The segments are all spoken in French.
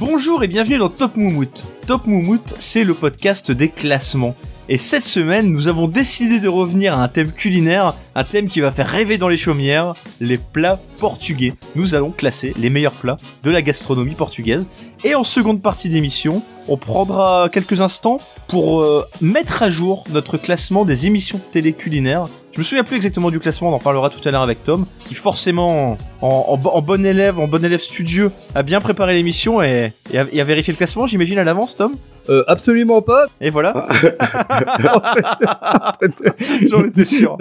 Bonjour et bienvenue dans Top Moumout. Top Moumout, c'est le podcast des classements. Et cette semaine, nous avons décidé de revenir à un thème culinaire, un thème qui va faire rêver dans les chaumières, les plats portugais. Nous allons classer les meilleurs plats de la gastronomie portugaise. Et en seconde partie d'émission, on prendra quelques instants pour euh, mettre à jour notre classement des émissions de télé culinaires. Je me souviens plus exactement du classement, on en parlera tout à l'heure avec Tom, qui forcément, en, en bo- en bon élève, en bon élève studieux, a bien préparé l'émission et, et a, et a vérifié le classement, j'imagine, à l'avance, Tom. Euh, absolument pas. Et voilà. J'en étais sûr.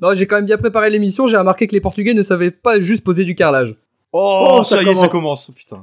Non, j'ai quand même bien préparé l'émission. J'ai remarqué que les Portugais ne savaient pas juste poser du carrelage. Oh, Oh, ça, ça y est, ça commence, putain.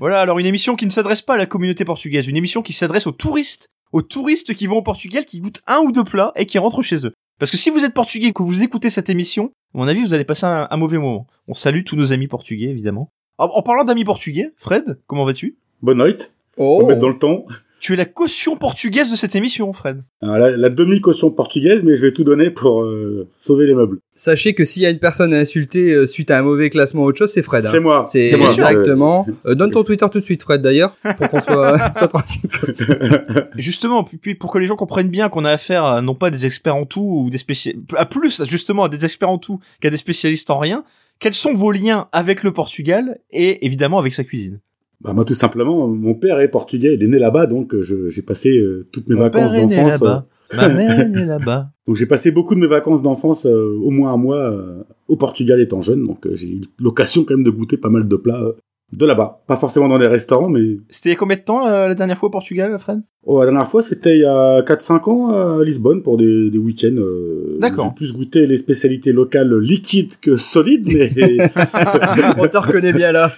voilà, alors une émission qui ne s'adresse pas à la communauté portugaise, une émission qui s'adresse aux touristes, aux touristes qui vont au Portugal, qui goûtent un ou deux plats et qui rentrent chez eux. Parce que si vous êtes portugais et que vous écoutez cette émission, à mon avis, vous allez passer un, un mauvais moment. On salue tous nos amis portugais, évidemment. En, en parlant d'amis portugais, Fred, comment vas-tu Bonne night. On Oh. va mettre dans le temps. Tu es la caution portugaise de cette émission, Fred. Alors, la, la demi-caution portugaise, mais je vais tout donner pour euh, sauver les meubles. Sachez que s'il y a une personne à insulter euh, suite à un mauvais classement ou autre chose, c'est Fred. hein. C'est moi. C'est moi. directement. Euh, donne ton Twitter tout de suite, Fred, d'ailleurs, pour qu'on soit, soit tranquille. Justement, puis- puis pour que les gens comprennent bien qu'on a affaire à, non pas des experts en tout ou des spécialistes, à plus justement à des experts en tout qu'à des spécialistes en rien. Quels sont vos liens avec le Portugal et évidemment avec sa cuisine Bah, moi, tout simplement, mon père est portugais. Il est né là-bas, donc euh, je- j'ai passé euh, toutes mes Mon vacances père est né d'enfance. euh, là-bas, ma mère est née là-bas. donc j'ai passé beaucoup de mes vacances d'enfance, euh, au moins un mois, euh, au Portugal étant jeune. Donc euh, j'ai eu l'occasion quand même de goûter pas mal de plats euh, de là-bas. Pas forcément dans des restaurants, mais C'était il y a combien de temps euh, la dernière fois au Portugal, Fred Oh, la dernière fois, c'était il y a 4-5 ans à Lisbonne pour des, des week-ends. euh, D'accord. J'ai plus goûté les spécialités locales liquides que solides, mais On te Ah, reconnaît bien là.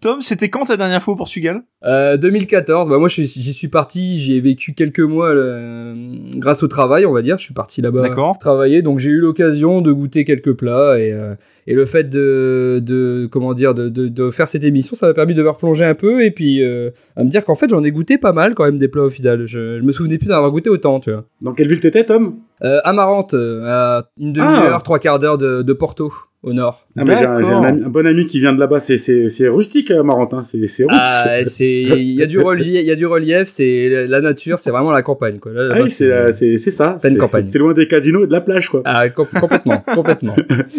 Tom, c'était quand ta dernière fois au Portugal Euh, 2014, bah moi je suis- j'y suis parti, j'y ai vécu quelques mois euh, grâce au travail, on va dire. Je suis parti là-bas D'accord. travailler, donc j'ai eu l'occasion de goûter quelques plats et, euh, et le fait de, de comment dire de, de, de faire cette émission, ça m'a permis de me replonger un peu et puis euh, à me dire qu'en fait j'en ai goûté pas mal quand même des plats au final. Je, je me souvenais plus d'en avoir goûté autant, tu vois. dans quelle ville t'étais, Tom Euh, Amarante, euh, à une demi-heure, trois quarts d'heure de, de Porto, au nord. Ah, mais j'ai un, j'ai D'accord. un ami- un bon ami qui vient de là-bas. C'est, c'est, c'est rustique, euh, Marentin. C'est, c'est roots. Ah, c'est il y a du relief, il y a du relief, c'est la- la nature, c'est vraiment la campagne quoi. Là, Ah là-bas, oui, c'est, euh, c'est, c'est ça. pleine c'est, campagne. c'est loin des casinos et de la plage, quoi. Ah, com- complètement, complètement.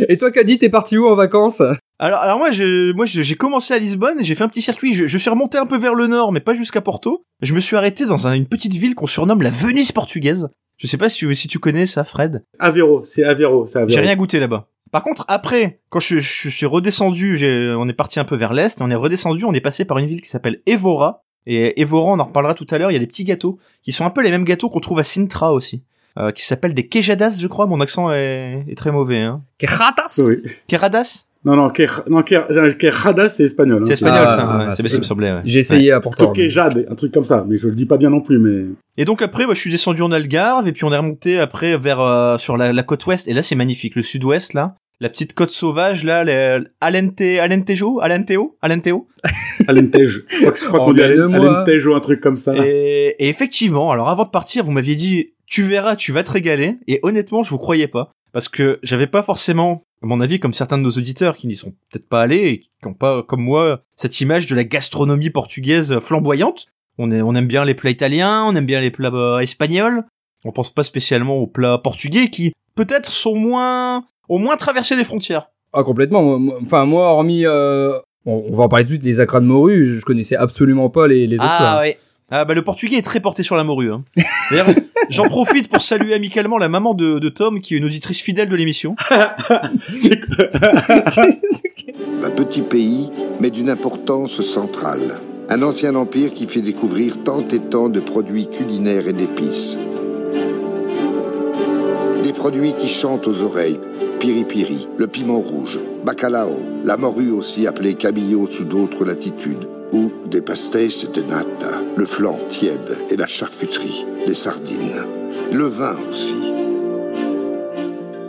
Et toi, Caddy, t'es parti où en vacances Alors, alors moi, je, moi, je- j'ai commencé à Lisbonne, j'ai fait un petit circuit, je, je suis remonté un peu vers le nord, mais pas jusqu'à Porto. Je me suis arrêté dans un- une petite ville qu'on surnomme la Venise portugaise. Je sais pas si tu, si tu connais ça, Fred. Aveiro, c'est Aveiro. C'est Aveiro. J'ai rien goûté là-bas. Par contre, après, quand je, je suis redescendu, j'ai- on est parti un peu vers l'est, on est redescendu, on est passé par une ville qui s'appelle Évora. Et Évora, on en reparlera tout à l'heure, il y a des petits gâteaux, qui sont un peu les mêmes gâteaux qu'on trouve à Sintra aussi, euh, qui s'appellent des quejadas, je crois, mon accent est, est très mauvais. Hein. Kratas Oui. Queradas Non, non, Quer- non Quer- Querrada, c'est espagnol. hein, C'est espagnol Ah, ça, ah, ouais, ah, c'est bien ce c'est- qui me semblait. ouais. J'ai essayé à Porto. Toquejade, un truc comme ça. Mais je le dis pas bien non plus, mais. Et donc après, bah, je suis descendu en Algarve et puis on est remonté après vers euh, sur la, la côte ouest. Et là, c'est magnifique, le sud-ouest là, la petite côte sauvage là, les- Alente, Alentejo, Alenteo, Alenteo. Alentejo. Je crois que- je crois Oh, qu'on dit mais Alen- de moi. Alentejo, un truc comme ça. Et, et effectivement, alors avant de partir, vous m'aviez dit tu verras, tu vas te régaler. Et honnêtement, je vous croyais pas parce que j'avais pas forcément, à mon avis, comme certains de nos auditeurs qui n'y sont peut-être pas allés et qui ont pas, comme moi, cette image de la gastronomie portugaise flamboyante. On, est, on aime bien les plats italiens, on aime bien les plats bah, espagnols. On pense pas spécialement aux plats portugais qui peut-être sont moins, ont moins traversé les frontières. Ah, complètement. Moi- moi- Enfin, moi, hormis. euh, On, on va en parler tout de suite, les acras de morue, je, je connaissais absolument pas les, les autres. Ah là. ouais. Ah bah le portugais est très porté sur la morue. Hein. D'ailleurs, j'en profite pour saluer amicalement la maman de, de Tom qui est une auditrice fidèle de l'émission. C'est- un petit pays, mais d'une importance centrale. Un ancien empire qui fait découvrir tant et tant de produits culinaires et d'épices. Des produits qui chantent aux oreilles. Piri-piri, le piment rouge, bacalao, la morue aussi appelée cabillaud sous d'autres latitudes, ou des pastéis de nata, le flan tiède et la charcuterie, les sardines. Le vin aussi.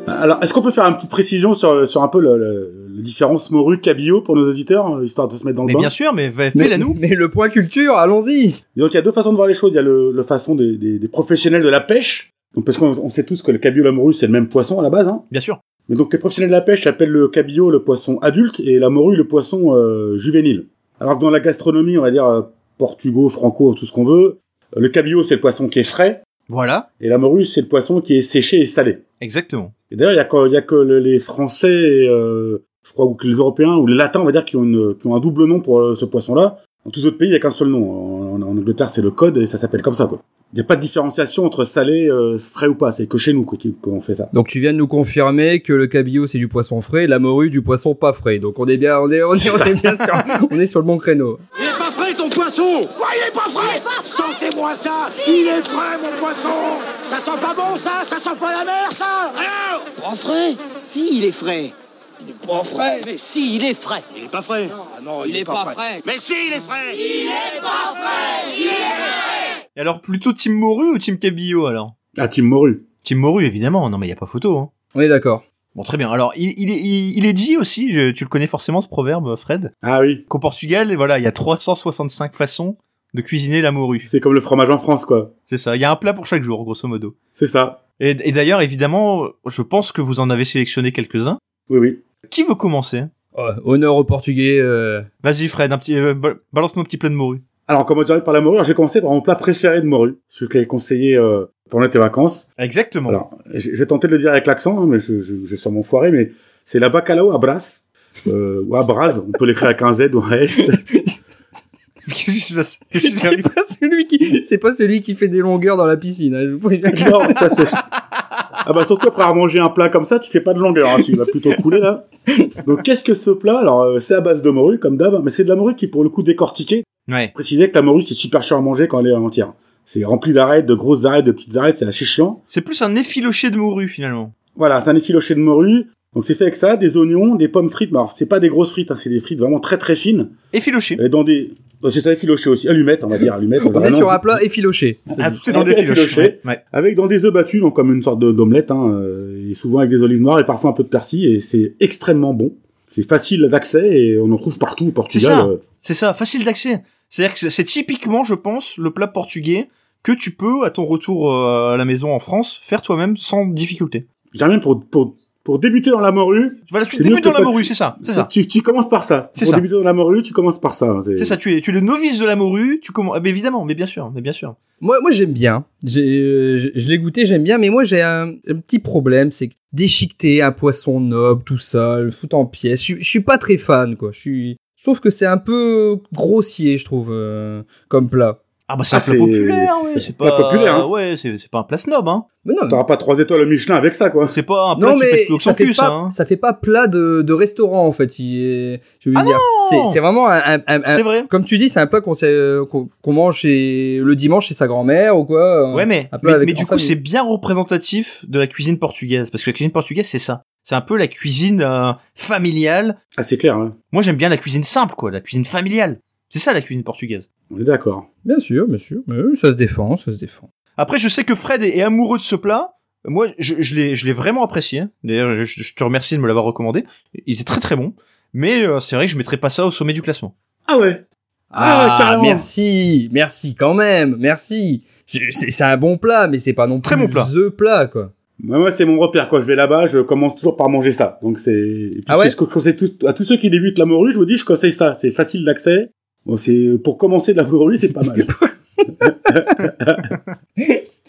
Alors, est-ce qu'on peut faire une petite précision sur, sur un peu le, le- la différence morue-cabillaud pour nos auditeurs, euh, histoire de se mettre dans le Mais bain bien sûr, mais va- Mais, fais-la nous. mais le point culture, allons-y Et Donc, il y a deux façons de voir les choses. Il y a le, le façon des, des- des professionnels de la pêche. Donc, parce qu'on on sait tous que le cabillaud et la morue, c'est le même poisson à la base. Hein. Bien sûr. Mais donc, les professionnels de la pêche appellent le cabillaud le poisson adulte et la morue le poisson euh, juvénile. Alors que dans la gastronomie, on va dire euh, portugo, franco, tout ce qu'on veut, euh, le cabillaud, c'est le poisson qui est frais, Voilà, et la morue, c'est le poisson qui est séché et salé. exactement. Et d'ailleurs, il y a que- il y, a que le- les Français, euh, je crois, ou que les Européens, ou les Latins, on va dire, qui ont, une- qui ont un double nom pour euh, ce poisson-là. Dans tous les autres pays, il n'y a qu'un seul nom. En, en- en Angleterre, c'est le code et ça s'appelle comme ça, quoi. Il n'y a pas de différenciation entre salé, euh, frais ou pas. C'est que chez nous quoi, qui- qu'on fait ça. Donc tu viens de nous confirmer que le cabillaud c'est du poisson frais, la morue du poisson pas frais. Donc on est bien, on est, on est, on est bien sur, on est sur le bon créneau. Il est pas frais ton poisson Quoi il est pas frais Sentez-moi ça Il est frais mon poisson Ça sent pas bon ça Ça sent pas la mer ça Pas frais Si, il est frais. Il est pas frais Mais si, il est frais. Il est pas frais Ah non, Il est pas frais. Mais si il est frais Et alors plutôt Team Moru ou Team Cabillaud alors Ah, Tim Moru. Team Moru évidemment, non mais il y a pas photo. Hein. On est d'accord. Bon très bien, alors il, il est- il- il est dit aussi, je- tu le connais forcément ce proverbe Fred, Ah oui. qu'au Portugal, voilà, il y a 365 façons de cuisiner la morue. C'est comme le fromage en France, quoi. C'est ça, il y a un plat pour chaque jour grosso modo. C'est ça. Et, et d'ailleurs évidemment, je pense que vous en avez sélectionné quelques-uns. Oui, oui. Qui veut commencer Ouais, Oh, honneur aux Portugais. euh, Vas-y Fred, un petit, euh, ba- balance-nous un petit plat de morue. Alors, comment dirais par la morue Alors, J'ai commencé par mon plat préféré de morue. Celui que j'avais conseillé euh, pendant tes vacances. Exactement. Alors, je je vais tenter de le dire avec l'accent, hein, mais je, je, je vais sûrement foirer, mais c'est la bacalao à brasse, euh, ou à brasse, on peut l'écrire avec un Z ou un S. Qu'est-ce qui se passe Qu'est-ce qui c'est arrive pas celui qui, c'est pas celui qui fait des longueurs dans la piscine. hein, je vous préviens. non, ça c'est... Ah bah surtout après avoir mangé un plat comme ça, tu fais pas de longueur, hein, tu vas plutôt couler là. Donc qu'est-ce que ce plat Alors euh, c'est à base de morue, comme d'hab, mais c'est de la morue qui est pour le coup décortiquée. Ouais. Préciser que la morue c'est super cher à manger quand elle est entière. C'est rempli d'arêtes, de grosses arêtes, de petites arêtes, c'est assez chiant. C'est plus un effiloché de morue finalement. Voilà, c'est un effiloché de morue. Donc c'est fait avec ça, des oignons, des pommes frites. Mais alors c'est pas des grosses frites, hein, c'est des frites vraiment très très fines. Effiloché. Et dans des, dans- c'est un effiloché aussi, allumettes, on va dire allumettes. On est vraiment. sur un plat effiloché. Ah, tout est dans Euh, Un des peu filoches. effiloché. Ouais. Avec dans des œufs battus, donc comme une sorte de- d'omelette, hein, euh, et souvent avec des olives noires et parfois un peu de persil. Et c'est extrêmement bon. C'est facile d'accès et on en trouve partout au Portugal. ça. euh. C'est ça, facile d'accès. C'est-à-dire que c'est- c'est typiquement, je pense, le plat portugais que tu peux, à ton retour euh, à la maison en France, faire toi-même sans difficulté. Je dirais même pour, pour, pour débuter dans la morue. Voilà, tu C'est mieux débutes que dans la pas- morue, c'est ça, c'est ça. Tu, tu commences par ça. C'est pour ça. débuter dans la morue, tu commences par ça. hein, C'est ça, tu es, tu es le novice de la morue, tu commences... ah, mais évidemment, mais bien sûr, mais bien sûr. Moi, moi j'aime bien. J'ai, euh, je je l'ai goûté, j'aime bien, mais moi j'ai un, un petit problème, c'est que déchiqueter un poisson noble, tout ça, le foutre en pièces, je, suis- je suis pas très fan, quoi. Je suis, je trouve que c'est un peu grossier, je trouve, euh, comme plat. Ah bah c'est un Ah, plat c'est- populaire, c'est- ouais, c'est c'est pas pas... populaire, hein. Ouais, c'est c'est pas un plat snob, hein. Mais non, T'auras pas trois étoiles au Michelin avec ça, quoi. C'est pas un plat non qui pète mais plus haut que son ça fait, cul, ça. pas, hein. ça fait pas plat de, de restaurant, en fait. il est- je veux Ah dire, non c'est, c'est vraiment un, un- un- un- C'est vrai. comme tu dis, c'est un plat qu'on, sait, euh, qu'on, qu'on mange chez, le dimanche chez sa grand-mère ou quoi. euh, Ouais, mais, un plat mais, avec- mais du en coup, famille. c'est bien représentatif de la cuisine portugaise. Parce que la cuisine portugaise, c'est ça. C'est un peu la cuisine euh, familiale. Ah, c'est clair, hein. Moi, j'aime bien la cuisine simple, quoi. La cuisine familiale. C'est ça, la cuisine portugaise. On est d'accord. Bien sûr, bien sûr. Mais oui, ça se défend, ça se défend. Après, je sais que Fred est, est amoureux de ce plat. Moi, je, je l'ai je l'ai vraiment apprécié. D'ailleurs, je, je te remercie de me l'avoir recommandé. Il était très très bon. Mais euh, c'est vrai que je mettrais pas ça au sommet du classement. Ah ouais. Ah, Ah, carrément. merci, merci quand même, merci. Je- C'est c'est un bon plat, mais c'est pas non plus Très bon plat. the plat, quoi. Moi, moi, c'est mon repère. Quand je vais là-bas, je commence toujours par manger ça. Donc, c'est. et puis, Ah c'est ouais ce que je conseille tout- à tous ceux qui débutent la morue, je vous dis, je conseille ça. C'est facile d'accès. Bon, c'est pour commencer de la morue, c'est pas mal.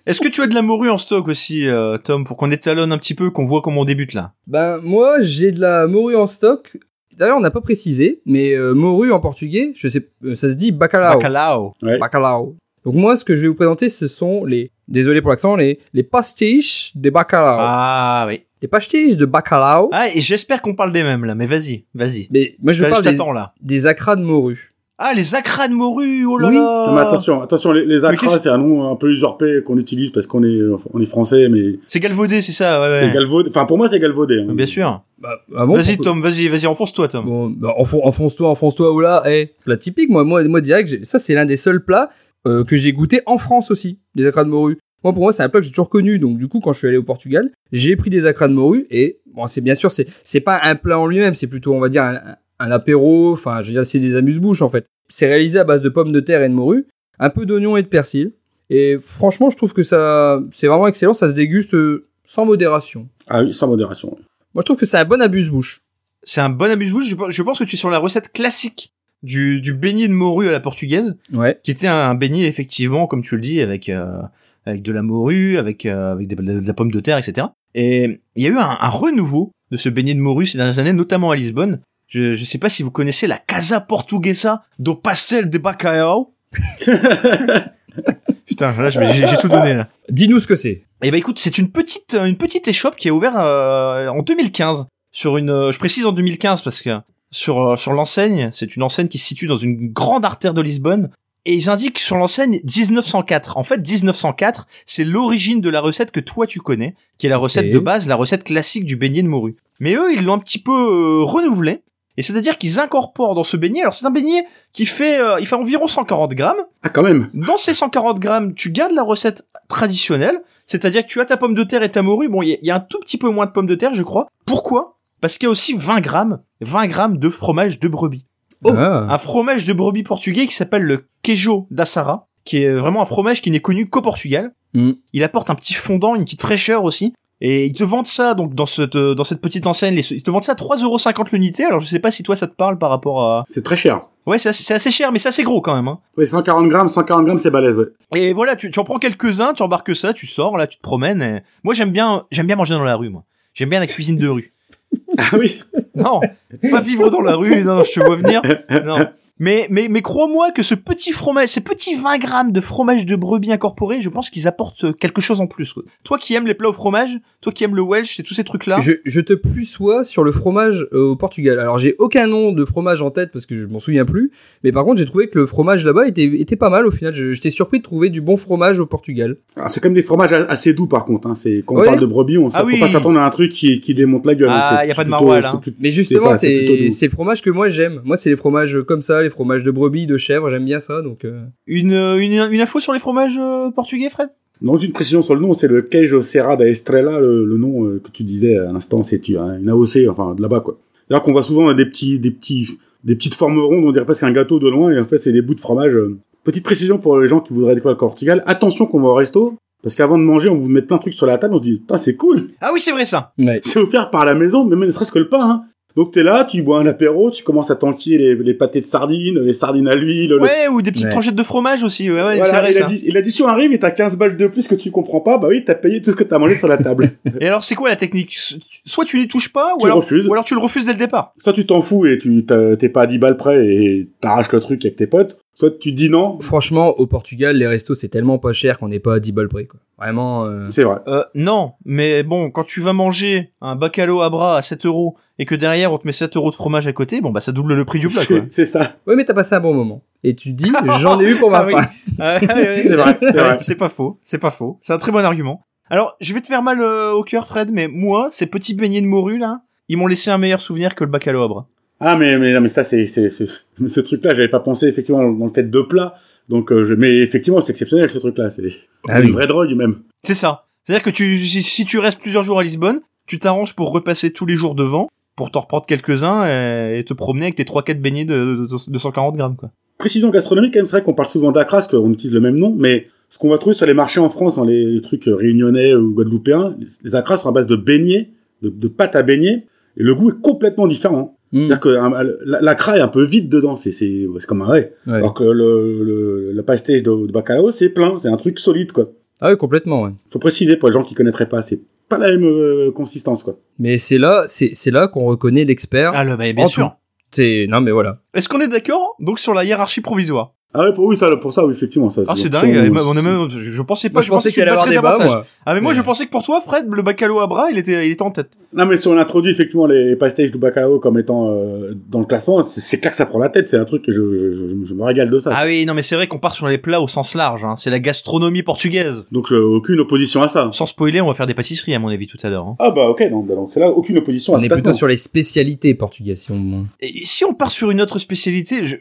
Est-ce que tu as de la morue en stock aussi, euh, Tom, pour qu'on étalonne un petit peu, qu'on voit comment on débute là Ben, moi, j'ai de la morue en stock. D'ailleurs, on n'a pas précisé, mais euh, morue en portugais, je sais, euh, ça se dit bacalao. Bacalao. Ouais. Bacalao. Donc, moi, ce que je vais vous présenter, ce sont les, désolé pour l'accent, les, les pastiches de bacalao. Ah oui. Les pastiches de bacalao. Ah, et j'espère qu'on parle des mêmes là. Mais vas-y, vas-y. Mais moi, je T'as- parle des, t'attends, là. des acras de morue. Ah, les acras de morue, oh là Oui. là Non, mais attention, attention, les, les acras, qu'est-ce- c'est un nom un peu usurpé qu'on utilise parce qu'on est, on est français, mais C'est galvaudé, c'est ça, ouais, ouais. c'est galvaudé. Enfin, pour moi, c'est galvaudé. hein. Bien sûr. Bah, ah bon, vas-y, pourquoi- Tom, vas-y, vas-y, enfonce-toi, Tom. Bon, bah, enfon- enfonce-toi, enfonce-toi, oh là, eh. Plat typique, moi, moi, moi direct, j'ai- ça c'est l'un des seuls plats euh, que j'ai goûté en France aussi, des acras de morue. Moi, pour moi, c'est un plat que j'ai toujours connu, donc du coup, quand je suis allé au Portugal, j'ai pris des acras de morue, et bon, c'est bien sûr, c'est c'est pas un plat en lui-même, c'est plutôt, on va dire, un, un- un apéro, enfin, je veux dire, c'est des amuse-bouches en fait. C'est réalisé à base de pommes de terre et de morue, un peu d'oignon et de persil, et franchement, je trouve que ça, c'est vraiment excellent, ça se déguste euh, sans modération. Ah oui, sans modération. Moi, je trouve que c'est un bon abuse-bouche. C'est un bon amuse-bouche, je, pe- je pense que tu es sur la recette classique du, du beignet de morue à la portugaise, Ouais. qui était un, un beignet effectivement, comme tu le dis, avec euh, avec de la morue, avec euh, avec des- de, la pomme de terre, etc. Et il y a eu un, un renouveau de ce beignet de morue ces dernières années, notamment à Lisbonne. Je je sais pas si vous connaissez la Casa Portuguesa do Pastel de Bacalhau. Putain, là je vais- j'ai j'ai tout donné là. Dis-nous ce que c'est. Eh ben écoute, c'est une petite euh, une petite échoppe qui a ouvert euh, en 2015 sur une euh, je précise en 2015 parce que sur euh, sur l'enseigne, c'est une enseigne qui se situe dans une grande artère de Lisbonne et ils indiquent sur l'enseigne 1904. En fait, 1904, c'est l'origine de la recette que toi tu connais, qui est la recette de base, la recette classique du beignet de morue. Mais eux, ils l'ont un petit peu euh, renouvelé et c'est-à-dire qu'ils incorporent dans ce beignet. Alors c'est un beignet qui fait euh, il fait environ 140 grammes Ah, quand même. dans ces 140 grammes, tu gardes la recette traditionnelle, c'est-à-dire que tu as ta pomme de terre et ta morue. Bon, il y, a- il y a un tout petit peu moins de pommes de terre, je crois. Pourquoi Parce qu'il y a aussi 20 grammes, 20 grammes de fromage de brebis. Oh. Ah. Un fromage de brebis portugais qui s'appelle le queijo da Sara, qui est vraiment un fromage qui n'est connu qu'au Portugal. Mm. Il apporte un petit fondant, une petite fraîcheur aussi. Et ils te vendent ça, donc, dans cette, euh, dans cette petite enseigne, les- ils te vendent ça à 3,50€ l'unité. Alors, je sais pas si toi, ça te parle par rapport à... C'est très cher. Ouais, c'est assez, c'est assez cher, mais c'est assez gros quand même, hein. Oui, 140 grammes, 140 grammes, c'est balèze, ouais. Et voilà, tu, tu en prends quelques-uns, tu embarques ça, tu sors, là, tu te promènes. et- Moi, j'aime bien, j'aime bien manger dans la rue, moi. J'aime bien la cuisine de rue. Ah oui. Non, pas vivre dans la rue, non, je te vois venir. Non. Mais, mais, mais crois-moi que ce petit fromage, ces petits 20 grammes de fromage de brebis incorporé, je pense qu'ils apportent quelque chose en plus. quoi. Toi qui aimes les plats au fromage, toi qui aimes le Welsh et tous ces trucs-là. Je, je te plus sois sur le fromage euh, au Portugal. Alors j'ai aucun nom de fromage en tête parce que je m'en souviens plus, mais par contre j'ai trouvé que le fromage là-bas était, était pas mal au final. Je- J'étais surpris de trouver du bon fromage au Portugal. Alors, Ah, c'est quand même des fromages a- assez doux, par contre. Hein. C'est quand on Ouais. parle de brebis, on Ah faut oui. pas s'attendre à un truc qui, qui démonte la gueule. Ah, C'est y a pas de plutôt- maroilles, hein. c'est plus- Mais justement pas- c'est plutôt c'est doux. c'est le fromage que moi j'aime. Moi c'est les fromages comme ça, les fromages de brebis, de chèvre, j'aime bien ça donc. euh, Une, euh, une, une info sur les fromages euh, portugais, Fred Non, j'ai une précision sur le nom, c'est le Queijo Serra da Estrella, le, le nom euh, que tu disais à l'instant, c'est tu- hein, une AOC, enfin de là-bas quoi. D'ailleurs qu'on voit souvent euh, des petits, des petits, des petites formes rondes, on dirait presque un gâteau de loin, et en fait c'est des bouts de fromage. euh. Petite précision pour les gens qui voudraient découvrir le Portugal, attention qu'on va au resto, parce qu'avant de manger, on vous met plein de trucs sur la table, on se dit, putain c'est cool, Ah oui, c'est vrai ça. ouais. c'est offert par la maison, mais même ne serait-ce que le pain. Hein. Donc t'es là, tu bois un apéro, tu commences à tanquer les, les pâtés de sardines, les sardines à l'huile, Euh, le- Ouais, ou des petites Ouais. tranchettes de fromage aussi. Ouais, ouais, c'est Voilà, vrai et ça. la di- et l'addition arrive et t'as 15 balles de plus que tu comprends pas, bah oui, t'as payé tout ce que t'as mangé sur la table. Et alors, c'est quoi la technique S- Soit tu n'y touches pas, ou, Tu alors, refuses. ou alors tu le refuses dès le départ. Soit tu t'en fous et tu t'as- t'es pas à 10 balles près et t'arraches le truc avec tes potes, soit tu dis non, Franchement au Portugal les restos c'est tellement pas cher qu'on n'est pas à 10 balles près quoi. Vraiment. euh, c'est vrai. Euh, non, mais bon, quand tu vas manger un bacalao à bras à 7 euros et que derrière on te met 7 euros de fromage à côté, bon bah ça double le prix du plat quoi. C'est c'est ça, Ouais mais t'as passé un bon moment et tu dis j'en ai eu pour Ah ma oui. faim. Ah, ouais, ouais, c'est vrai, c'est vrai. Ouais, c'est pas faux, c'est pas faux. C'est un très bon argument. Alors, je vais te faire mal euh, au cœur, Fred, mais moi, ces petits beignets de morue là, ils m'ont laissé un meilleur souvenir que le bacalao à bras. Ah mais mais non mais ça c'est c'est c'est- mais ce truc là, j'avais pas pensé effectivement dans le fait de plat. Donc euh, je mais effectivement, c'est exceptionnel ce truc là, c'est Ah c'est oui. une vraie drogue même. C'est ça. C'est-à-dire que tu, si, si tu restes plusieurs jours à Lisbonne, tu t'arranges pour repasser tous les jours devant, pour t'en reprendre quelques-uns et, et te promener avec tes 3-4 beignets de, de, de 140 grammes. Quoi. Précision gastronomique quand même, c'est vrai qu'on parle souvent d'Acra parce qu'on utilise le même nom, mais ce qu'on va trouver sur les marchés en France dans les trucs euh, réunionnais ou guadeloupéens, les acras sont à base de beignets, de, de pâte à beignets et le goût est complètement différent. Mm. C'est-à-dire que un- la- l'acra est un peu vide dedans, c'est c'est c'est comme un vrai. Ouais. Alors que le, le, le pastel de, de bacalao, c'est plein, c'est un truc solide quoi. Ah oui complètement ouais. Faut préciser pour les gens qui connaîtraient pas, c'est pas la même euh, consistance quoi. Mais c'est là, c'est c'est là qu'on reconnaît l'expert. le, bah, en tout. C'est non mais voilà. Est-ce qu'on est d'accord donc sur la hiérarchie provisoire Ah ouais, pour, oui, ça, pour ça, oui, effectivement, ça. Ah c'est ça, dingue, on- on a même, je, je pensais pas, Moi, je pensais que tu qu'il allait le y avoir battrais débat. davantage. Moi. Ah mais moi Ouais. je pensais que pour toi Fred, le bacalao à bras, il était, il était en tête. Non, mais si on introduit effectivement les pastéis de bacalao comme étant euh, dans le classement, c'est c'est clair que ça prend la tête. C'est un truc que je, je, je, je me régale de ça. Ah oui, non mais c'est vrai qu'on part sur les plats au sens large, hein. c'est la gastronomie portugaise. Donc je- aucune opposition à ça. Sans spoiler, on va faire des pâtisseries à mon avis tout à l'heure. hein. Ah bah ok, non, bah, donc c'est là aucune opposition On à ce est plutôt classement. sur les spécialités portugaises. si on- Et si on part sur une autre spécialité, je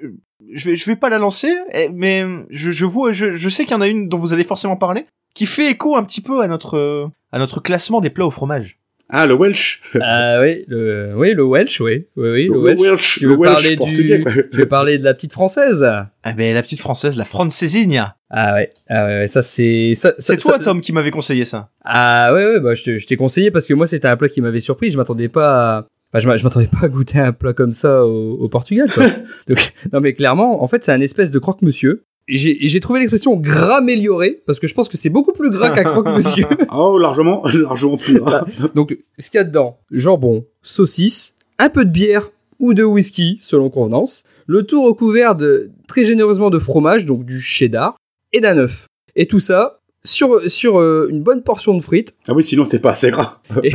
je vais, je vais pas la lancer, eh, mais je, je vois, je, je sais qu'il y en a une dont vous allez forcément parler, qui fait écho un petit peu à notre euh, à notre classement des plats au fromage. Ah le Welsh. Ah oui, le oui le Welsh, oui, oui, oui, le, Welsh. Tu le veux Welsh parler portugais. du, quoi. tu veux parler de la petite française. Ah ben la petite française, la francesinha. Ah ouais, ah ouais, ouais, ça c'est ça. ça- C'est toi ça- Tom qui m'avais conseillé ça. Ah ouais, ouais, bah je te- je t'ai conseillé parce que moi c'était un plat qui m'avait surpris. Je m'attendais pas à, Enfin, je m'a- je m'attendais pas à goûter un plat comme ça au, au Portugal. Quoi. Donc, non, mais clairement, en fait, c'est un espèce de croque-monsieur. J'ai j'ai trouvé l'expression graméliorée parce que je pense que c'est beaucoup plus gras qu'un croque-monsieur. Oh, largement, largement plus. hein. Donc, ce qu'il y a dedans, jambon, saucisse, un peu de bière ou de whisky, selon convenance, le tout recouvert de, très généreusement de fromage, donc du cheddar, et d'un œuf. Et tout ça sur, sur euh, une bonne portion de frites. Ah oui, sinon c'est pas assez gras. Et,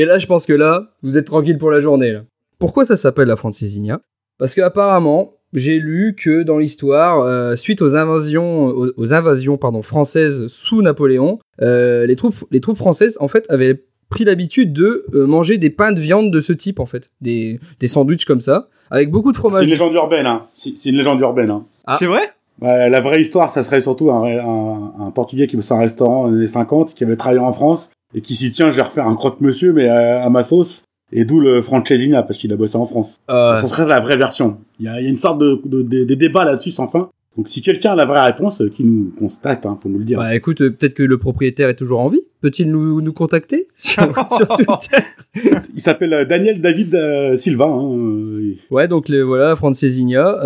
et là, je pense que là, vous êtes tranquille pour la journée. là. Pourquoi ça s'appelle la Francesinha Parce qu'apparemment, j'ai lu que dans l'histoire, euh, suite aux invasions, aux, aux invasions pardon, françaises sous Napoléon, euh, les, troupes, les troupes françaises, en fait, avaient pris l'habitude de euh, manger des pains de viande de ce type, en fait. Des, des sandwichs comme ça, avec beaucoup de C'est une fromage. légende urbaine, hein. C'est c'est une légende urbaine, hein. Ah. C'est vrai Ouais, Bah, la vraie histoire, ça serait surtout un, un, un Portugais qui bossait à un restaurant dans les années 50, qui avait travaillé en France, et qui s'y tient, je vais refaire un croque-monsieur, mais euh, à, à ma sauce, et d'où le francesina, parce qu'il a bossé en France. Euh, Ça serait la vraie version. Il y a, il y a une sorte de, de- de- des débats là-dessus sans fin. Donc si quelqu'un a la vraie réponse, euh, qui nous constate, hein, pour nous le dire. bah écoute, euh, peut-être que le propriétaire est toujours en vie. Peut-il nous, nous contacter sur, sur Twitter Il s'appelle euh, Daniel David euh, Silva. hein, euh, il- Ouais, donc le, voilà, francesinha,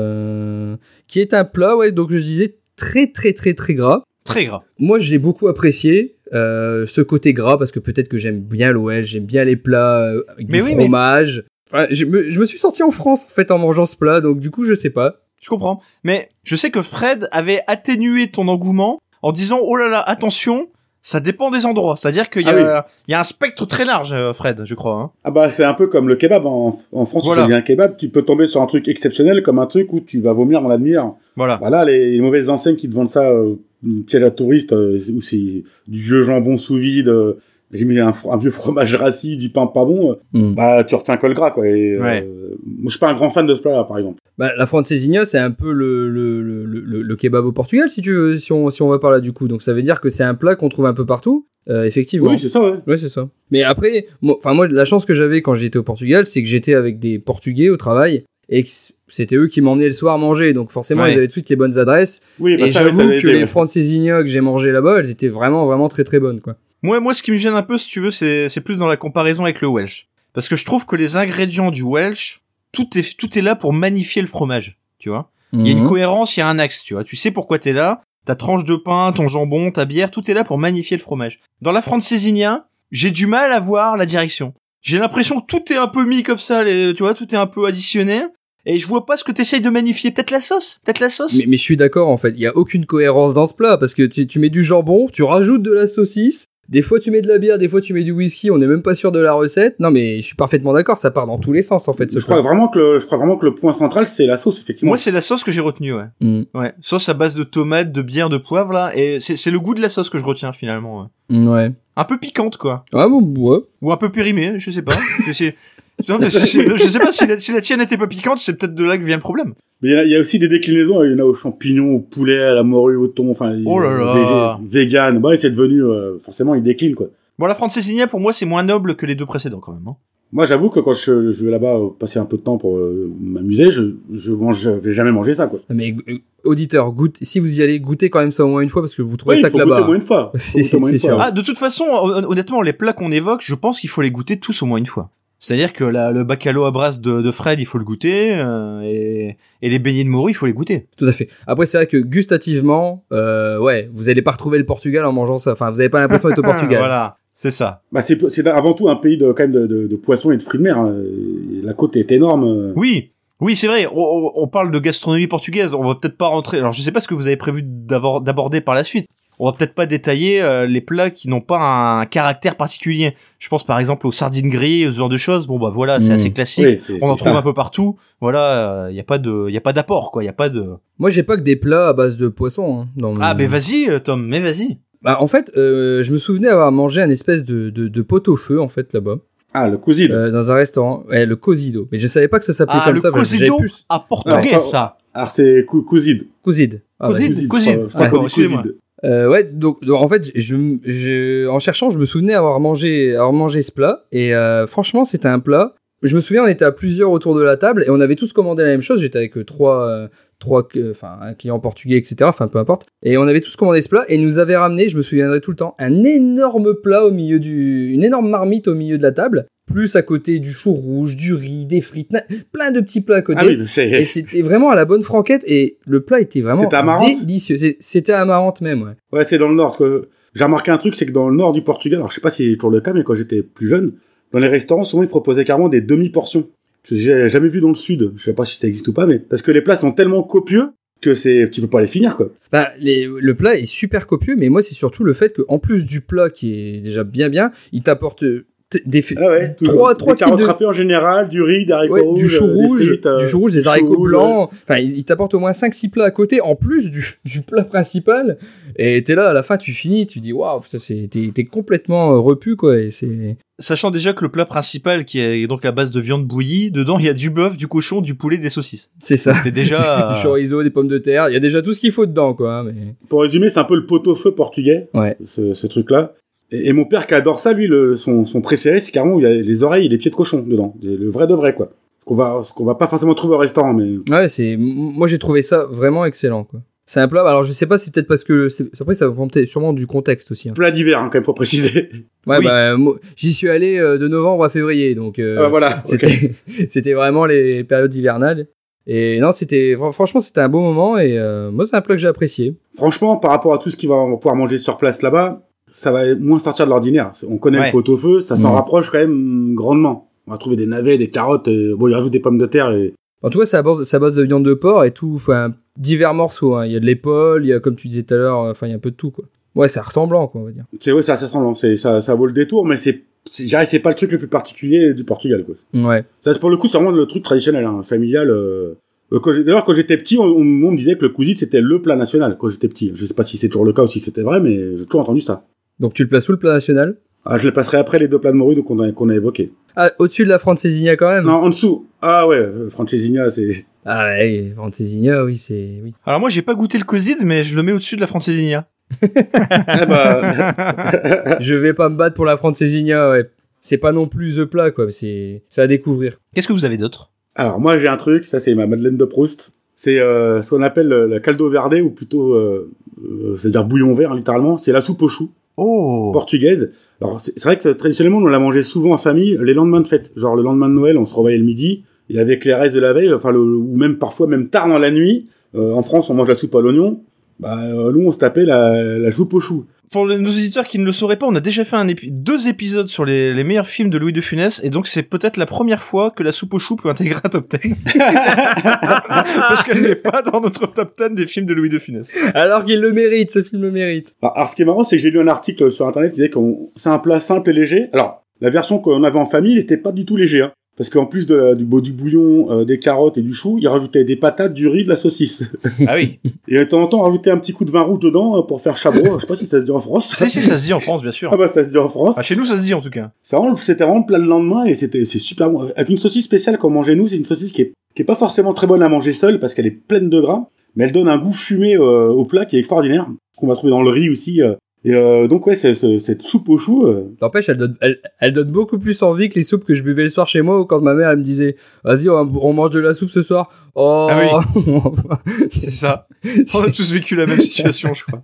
euh, qui est un plat, ouais, donc je disais très très très très gras. Très gras. Moi, j'ai beaucoup apprécié euh, ce côté gras parce que peut-être que j'aime bien l'OL, j'aime bien les plats euh, avec Mais du oui, mais- fromage. Enfin, je, me, je me suis sorti en France en fait en mangeant ce plat, donc du coup, je sais pas. Je comprends. Mais je sais que Fred avait atténué ton engouement en disant oh là là, attention, ça dépend des endroits. C'est-à-dire qu'il y, a- il y a un spectre très large, euh, Fred, je crois. hein. Ah bah c'est un peu comme le kebab en, en France. Voilà. Tu choisis un kebab, tu peux tomber sur un truc exceptionnel comme un truc où tu vas vomir dans l'avenir. Voilà. Voilà Bah les, les mauvaises enseignes qui te vendent ça, euh, une piège à touristes, euh, où c'est du vieux jambon sous vide, euh, j'ai mis un, fro- un vieux fromage rassis, du pain pas bon. euh, bah tu retiens que le gras quoi. Et, euh, Ouais. moi je suis pas un grand fan de ce plat-là par exemple. Bah, la francesinha, c'est un peu le, le, le, le- le kebab au Portugal, si tu veux, si on, si on va par là du coup. Donc ça veut dire que c'est un plat qu'on trouve un peu partout, euh, effectivement. Oui c'est ça. Ouais. Ouais, c'est ça. Mais après, moi, enfin moi, la chance que j'avais quand j'étais au Portugal, c'est que j'étais avec des Portugais au travail et que c'était eux qui m'emmenaient le soir manger. Donc forcément, Ouais. ils avaient tout de suite les bonnes adresses. Oui bah, et ça, ouais, j'avoue ça avait que été, les ouais. francesinha que j'ai mangé là-bas, elles étaient vraiment, vraiment très, très bonnes, quoi. Moi, moi, ce qui me gêne un peu, si tu veux, c'est c'est plus dans la comparaison avec le Welsh. Parce que je trouve que les ingrédients du Welsh, tout est, tout est là pour magnifier le fromage. Tu vois Il y a une Mhm. cohérence, il y a un axe, tu vois. Tu sais pourquoi t'es là. Ta tranche de pain, ton jambon, ta bière, tout est là pour magnifier le fromage. Dans la francesinha, j'ai du mal à voir la direction. J'ai l'impression que tout est un peu mis comme ça, les- tu vois, tout est un peu additionné. Et je vois pas ce que t'essayes de magnifier. Peut-être la sauce Peut-être la sauce mais, mais je suis d'accord, en fait. Il n'y a aucune cohérence dans ce plat parce que tu, tu mets du jambon, tu rajoutes de la saucisse. Des fois, tu mets de la bière, des fois, tu mets du whisky. On n'est même pas sûr de la recette. Non, mais je suis parfaitement d'accord. Ça part dans tous les sens, en fait, ce Je crois plat. vraiment que le, je crois vraiment que le point central c'est la sauce effectivement. Moi, c'est la sauce que j'ai retenue, ouais. Mm. Ouais. Sauce à base de tomates, de bière, de poivre, là. Et c'est c'est le goût de la sauce que je retiens, finalement. ouais. Ouais. Un peu piquante, quoi. Ah bon, ouais. Ou un peu périmée, je sais pas. Je sais- Non, mais c'est- je sais pas si la, si la tienne était pas piquante, c'est peut-être de là que vient le problème. Mais il y en a- il y, a aussi des déclinaisons. hein. Il y en a aux champignons, au poulet, à la morue, au thon. Enfin Oh là là. végé- vegan. Bah ouais, c'est devenu euh, forcément il décline quoi. Bon, la francesinha, pour moi, c'est moins noble que les deux précédents, quand même. hein. Moi, j'avoue que quand je, je vais là-bas euh, passer un peu de temps pour euh, m'amuser, je, je mange, je vais jamais manger ça, quoi. Mais euh, auditeur, goûte, si vous y allez, goûtez quand même ça au moins une fois parce que vous trouvez Oui, ça il faut que goûter au là-bas. moins une fois. Faut C'est- goûter au moins c'est une fois, sûr. ouais. Ah, de toute façon, hon- honnêtement, les plats qu'on évoque, je pense qu'il faut les goûter tous au moins une fois. C'est-à-dire que la- le bacalao à brasse de, de Fred, il faut le goûter, euh, et, et les beignets de morue, il faut les goûter. Tout à fait. Après, c'est vrai que gustativement, euh, ouais, vous allez pas retrouver le Portugal en mangeant ça. Enfin, vous n'avez pas l'impression d'être au Ah. Portugal. Voilà, c'est ça. Bah, c'est, c'est avant tout un pays de, quand même de, de, de poissons et de fruits de mer. hein. Et La côte est énorme. euh. Oui, oui, c'est vrai. On, on- on parle de gastronomie portugaise. On va peut-être pas rentrer. Alors, je sais pas ce que vous avez prévu d'avor- d'aborder par la suite. On va peut-être pas détailler euh, les plats qui n'ont pas un caractère particulier. Je pense par exemple aux sardines grillées, ce genre de choses. Bon bah voilà, c'est Mhm. assez classique. Oui, c'est, on en c'est trouve ça. un peu partout. Voilà, il y a pas de, y a pas d'apport quoi. Y a pas de. Moi, j'ai pas que des plats à base de poisson. hein, Mm. dans Ah mon- mais vas-y euh, Tom, mais vas-y. Bah, en fait, euh, je me souvenais avoir mangé un espèce de, de, de pot-au-feu, en fait, là-bas, Ah, le cousine. euh, dans un restaurant, Ouais, le cosido. Mais je savais pas que ça s'appelait Ah, comme le ça. parce que j'avais cozido plus- à portugais Alors, ça. Alors, Ah, c'est cou- cousine. Coside. Ah, Coside. ouais. Cousine, cousine. Je crois, je crois qu'on dit D'accord, excusez-moi. cousine. Euh, ouais, donc, donc, en fait, je- je, je- en cherchant, je me souvenais avoir mangé, avoir mangé ce plat. Et euh, franchement, c'était un plat. Je me souviens, on était à plusieurs autour de la table et on avait tous commandé la même chose. J'étais avec euh, trois, euh, trois, euh, enfin, un client portugais, etc. Enfin, peu importe. Et on avait tous commandé ce plat et il nous avait ramené, je me souviendrai tout le temps, un énorme plat au milieu du, une énorme marmite au milieu de la table plus à côté du chou rouge, du riz, des frites, na- plein de petits plats à côté. Ah oui, mais c'est. Et c'était vraiment à la bonne franquette et le plat était vraiment C'était amarante délicieux. C'est- C'était amarante même, ouais. Ouais, c'est dans le nord. Parce que j'ai remarqué un truc, c'est que dans le nord du Portugal, alors je sais pas si c'est toujours le cas, mais quand j'étais plus jeune, dans les restaurants, souvent ils proposaient carrément des demi-portions. Que J'ai jamais vu dans le sud. Je sais pas si ça existe ou pas, mais parce que les plats sont tellement copieux que c'est, tu peux pas les finir, quoi. Bah, les- le plat est super copieux, mais moi c'est surtout le fait que en plus du plat qui est déjà bien bien, il t'apporte euh, t- des fi- Ah ouais. toujours. trois, trois des carottes types de râpées en général, du riz, des haricots ouais, rouges, du chou euh, des rouge, frites, euh, du chou rouge, du des chou haricots rouge, blancs. Enfin, il il t'apporte au moins 5-6 plats à côté en plus du, du plat principal. Et t'es là à la fin, tu finis, tu dis waouh, ça, c'est- t'es t'es complètement euh, repu quoi. Et c'est Sachant déjà que le plat principal, qui est donc à base de viande bouillie, dedans il y a du bœuf, du cochon, du poulet, des saucisses. c'est ça. T'es Ah. déjà. euh, Du chorizo, des pommes de terre, il y a déjà tout ce qu'il faut dedans quoi. hein, mais... Pour résumer, c'est un peu le pot-au-feu portugais, Ouais. ce, ce truc-là. Et, et mon père qui adore ça, lui, le, son, son préféré, c'est carrément où il y a les oreilles et les pieds de cochon dedans. C'est Le vrai de vrai, quoi. Ce qu'on va, ce qu'on va pas forcément trouver au restaurant, mais Ouais, c'est m- moi j'ai trouvé ça vraiment excellent quoi. C'est un plat. Alors je sais pas, c'est peut-être parce que c'est- après ça dépend peut-être sûrement du contexte aussi. hein. plat d'hiver, hein, quand même, faut préciser. Ouais, Oui. bah, moi, j'y suis allé euh, de novembre à février, donc euh, Ah, voilà. c'était ok. c'était vraiment les périodes hivernales. Et non, c'était fran- franchement c'était un beau moment et euh, moi c'est un plat que j'ai apprécié. Franchement, par rapport à tout ce qu'il va on va pouvoir manger sur place là-bas, ça va moins sortir de l'ordinaire. On connaît Ouais. le pot-au-feu, ça s'en Ouais. Mmh. rapproche quand même grandement. On va trouver des navets, des carottes, et- bon, il rajoute des pommes de terre et En tout cas, ça base, ça base de viande de porc et tout, enfin divers morceaux. hein. Il y a de l'épaule, il y a comme tu disais tout à l'heure, euh, enfin il y a un peu de tout quoi. Ouais, c'est ressemblant quoi on va dire. c'est ouais, ça, ça sent lancé, ça, ça vaut le détour, mais c'est, c'est, je dirais, c'est pas le truc le plus particulier du Portugal, quoi. Ouais. Ça, c'est pour le coup, c'est vraiment le truc traditionnel, hein, familial. euh. Euh, quand j'ai- D'ailleurs, quand j'étais petit, on, on- on me disait que le cousine c'était le plat national. Quand j'étais petit, je sais pas si c'est toujours le cas ou si c'était vrai, mais j'ai toujours entendu ça. Donc tu le places sous le plat national. Ah, je le passerai après les deux plats de morue qu'on a, qu'on a évoqués. Ah, au-dessus de la francesinha quand même. Non, en dessous. Ah ouais, euh, Francesinha, c'est Ah ouais, Francesinha, oui, c'est. Oui. Alors moi j'ai pas goûté le coside, mais je le mets au-dessus de la francesinha. Ah bah, Je vais pas me battre pour la Francesinha, ouais. C'est pas non plus The Plat, quoi. C'est c'est à découvrir. Qu'est-ce que vous avez d'autre Alors moi j'ai un truc, ça c'est ma Madeleine de Proust. C'est euh, ce qu'on appelle euh, la caldo verde ou plutôt, euh, euh, c'est-à-dire bouillon vert littéralement. C'est la soupe aux choux Oh portugaise. Alors c'est c'est vrai que traditionnellement on la mangeait souvent en famille les lendemains de fête. Genre le lendemain de Noël, on se revoyait le midi et avec les restes de la veille, enfin le- ou même parfois même tard dans la nuit. euh, en France on mange la soupe à l'oignon. Bah euh, nous on se tapait la, la soupe aux choux. Pour le- nos auditeurs qui ne le sauraient pas, on a déjà fait un épi- deux épisodes sur les, les meilleurs films de Louis de Funès, et donc c'est peut-être la première fois que la soupe au chou peut intégrer un top 10. Parce qu'elle n'est pas dans notre top 10 des films de Louis de Funès. Alors qu'il le mérite, ce film le mérite. Bah, Alors, alors, ce qui est marrant, c'est que j'ai lu un article sur internet qui disait que c'est un plat simple et léger. Alors, la version qu'on avait en famille n'était pas du tout léger. hein. parce qu'en plus de, du, beau- du bouillon, euh, des carottes et du chou, il rajoutait des patates, du riz, de la saucisse. Ah oui Et de temps en temps, rajoutait un petit coup de vin rouge dedans euh, pour faire chabot. Je sais pas si ça se dit en France. Si, si, ça se dit en France, bien sûr. Ah bah ça se dit en France. Ah, chez nous, ça se dit en tout cas. Ça, on- C'était vraiment le plat le lendemain et c'était c'est super bon. Avec une saucisse spéciale qu'on mangeait nous, c'est une saucisse qui est, qui est pas forcément très bonne à manger seule parce qu'elle est pleine de gras, mais elle donne un goût fumé euh, au plat qui est extraordinaire, qu'on va trouver dans le riz aussi. euh. Et euh, donc ouais, c'est- c'est- cette soupe au chou, euh, N'empêche, elle donne, elle, elle donne beaucoup plus envie que les soupes que je buvais le soir chez moi ou quand ma mère elle me disait Vas-y, on, on mange de la soupe ce soir. Oh, Ah C'est ça. On a tous vécu la même situation, je crois.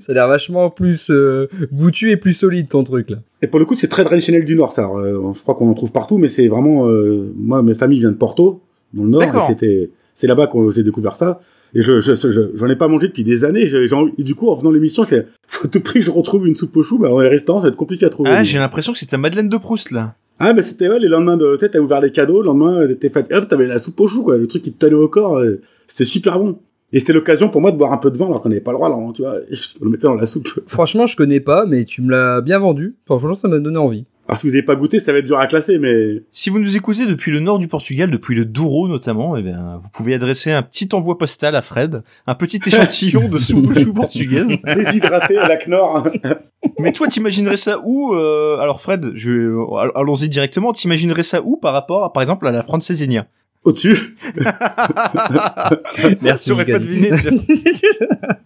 ça a l'air vachement plus euh, goûtu et plus solide ton truc là. et pour le coup c'est très traditionnel du Nord ça. Alors, euh, je crois qu'on en trouve partout, mais c'est vraiment... euh, moi, mes familles viennent de Porto, dans le Nord, et D'accord. c'était c'est là-bas que j'ai découvert ça. Et je je- je- je- j'en ai pas mangé depuis des années. J'ai- j'ai envie- et du coup, en faisant l'émission, j'ai fait, faut à tout prix que je retrouve une soupe au chou. Bah, dans les restaurants, ça va être compliqué à trouver. Ah, j'ai l'impression que c'est ta Madeleine de Proust, là. Ah, mais c'était, ouais, les lendemains de, tu sais, t'as ouvert les cadeaux, le lendemain, t'étais fat, hop, t'avais la soupe au chou, quoi, le truc qui te tenait au corps, euh, c'était super bon. Et c'était l'occasion pour moi de boire un peu de vin, alors qu'on n'avait pas le droit, là, tu vois, et je le mettais dans la soupe. Franchement, je connais pas, mais tu me l'as bien vendu. Enfin, franchement, ça m'a donné envie. Alors, si vous n'avez pas goûté, ça va être dur à classer, mais Si vous nous écoutez depuis le nord du Portugal, depuis le Douro notamment, eh bien, vous pouvez adresser un petit envoi postal à Fred, un petit échantillon de soupe chou portugaise. déshydraté à la Knorr. hein, Mais toi, t'imaginerais ça où euh, Alors Fred, je... euh, allons-y directement. T'imaginerais ça où par rapport, à, par exemple, à la francesinha Au-dessus. Merci, J'aurais pas Gazi. deviné. tiens.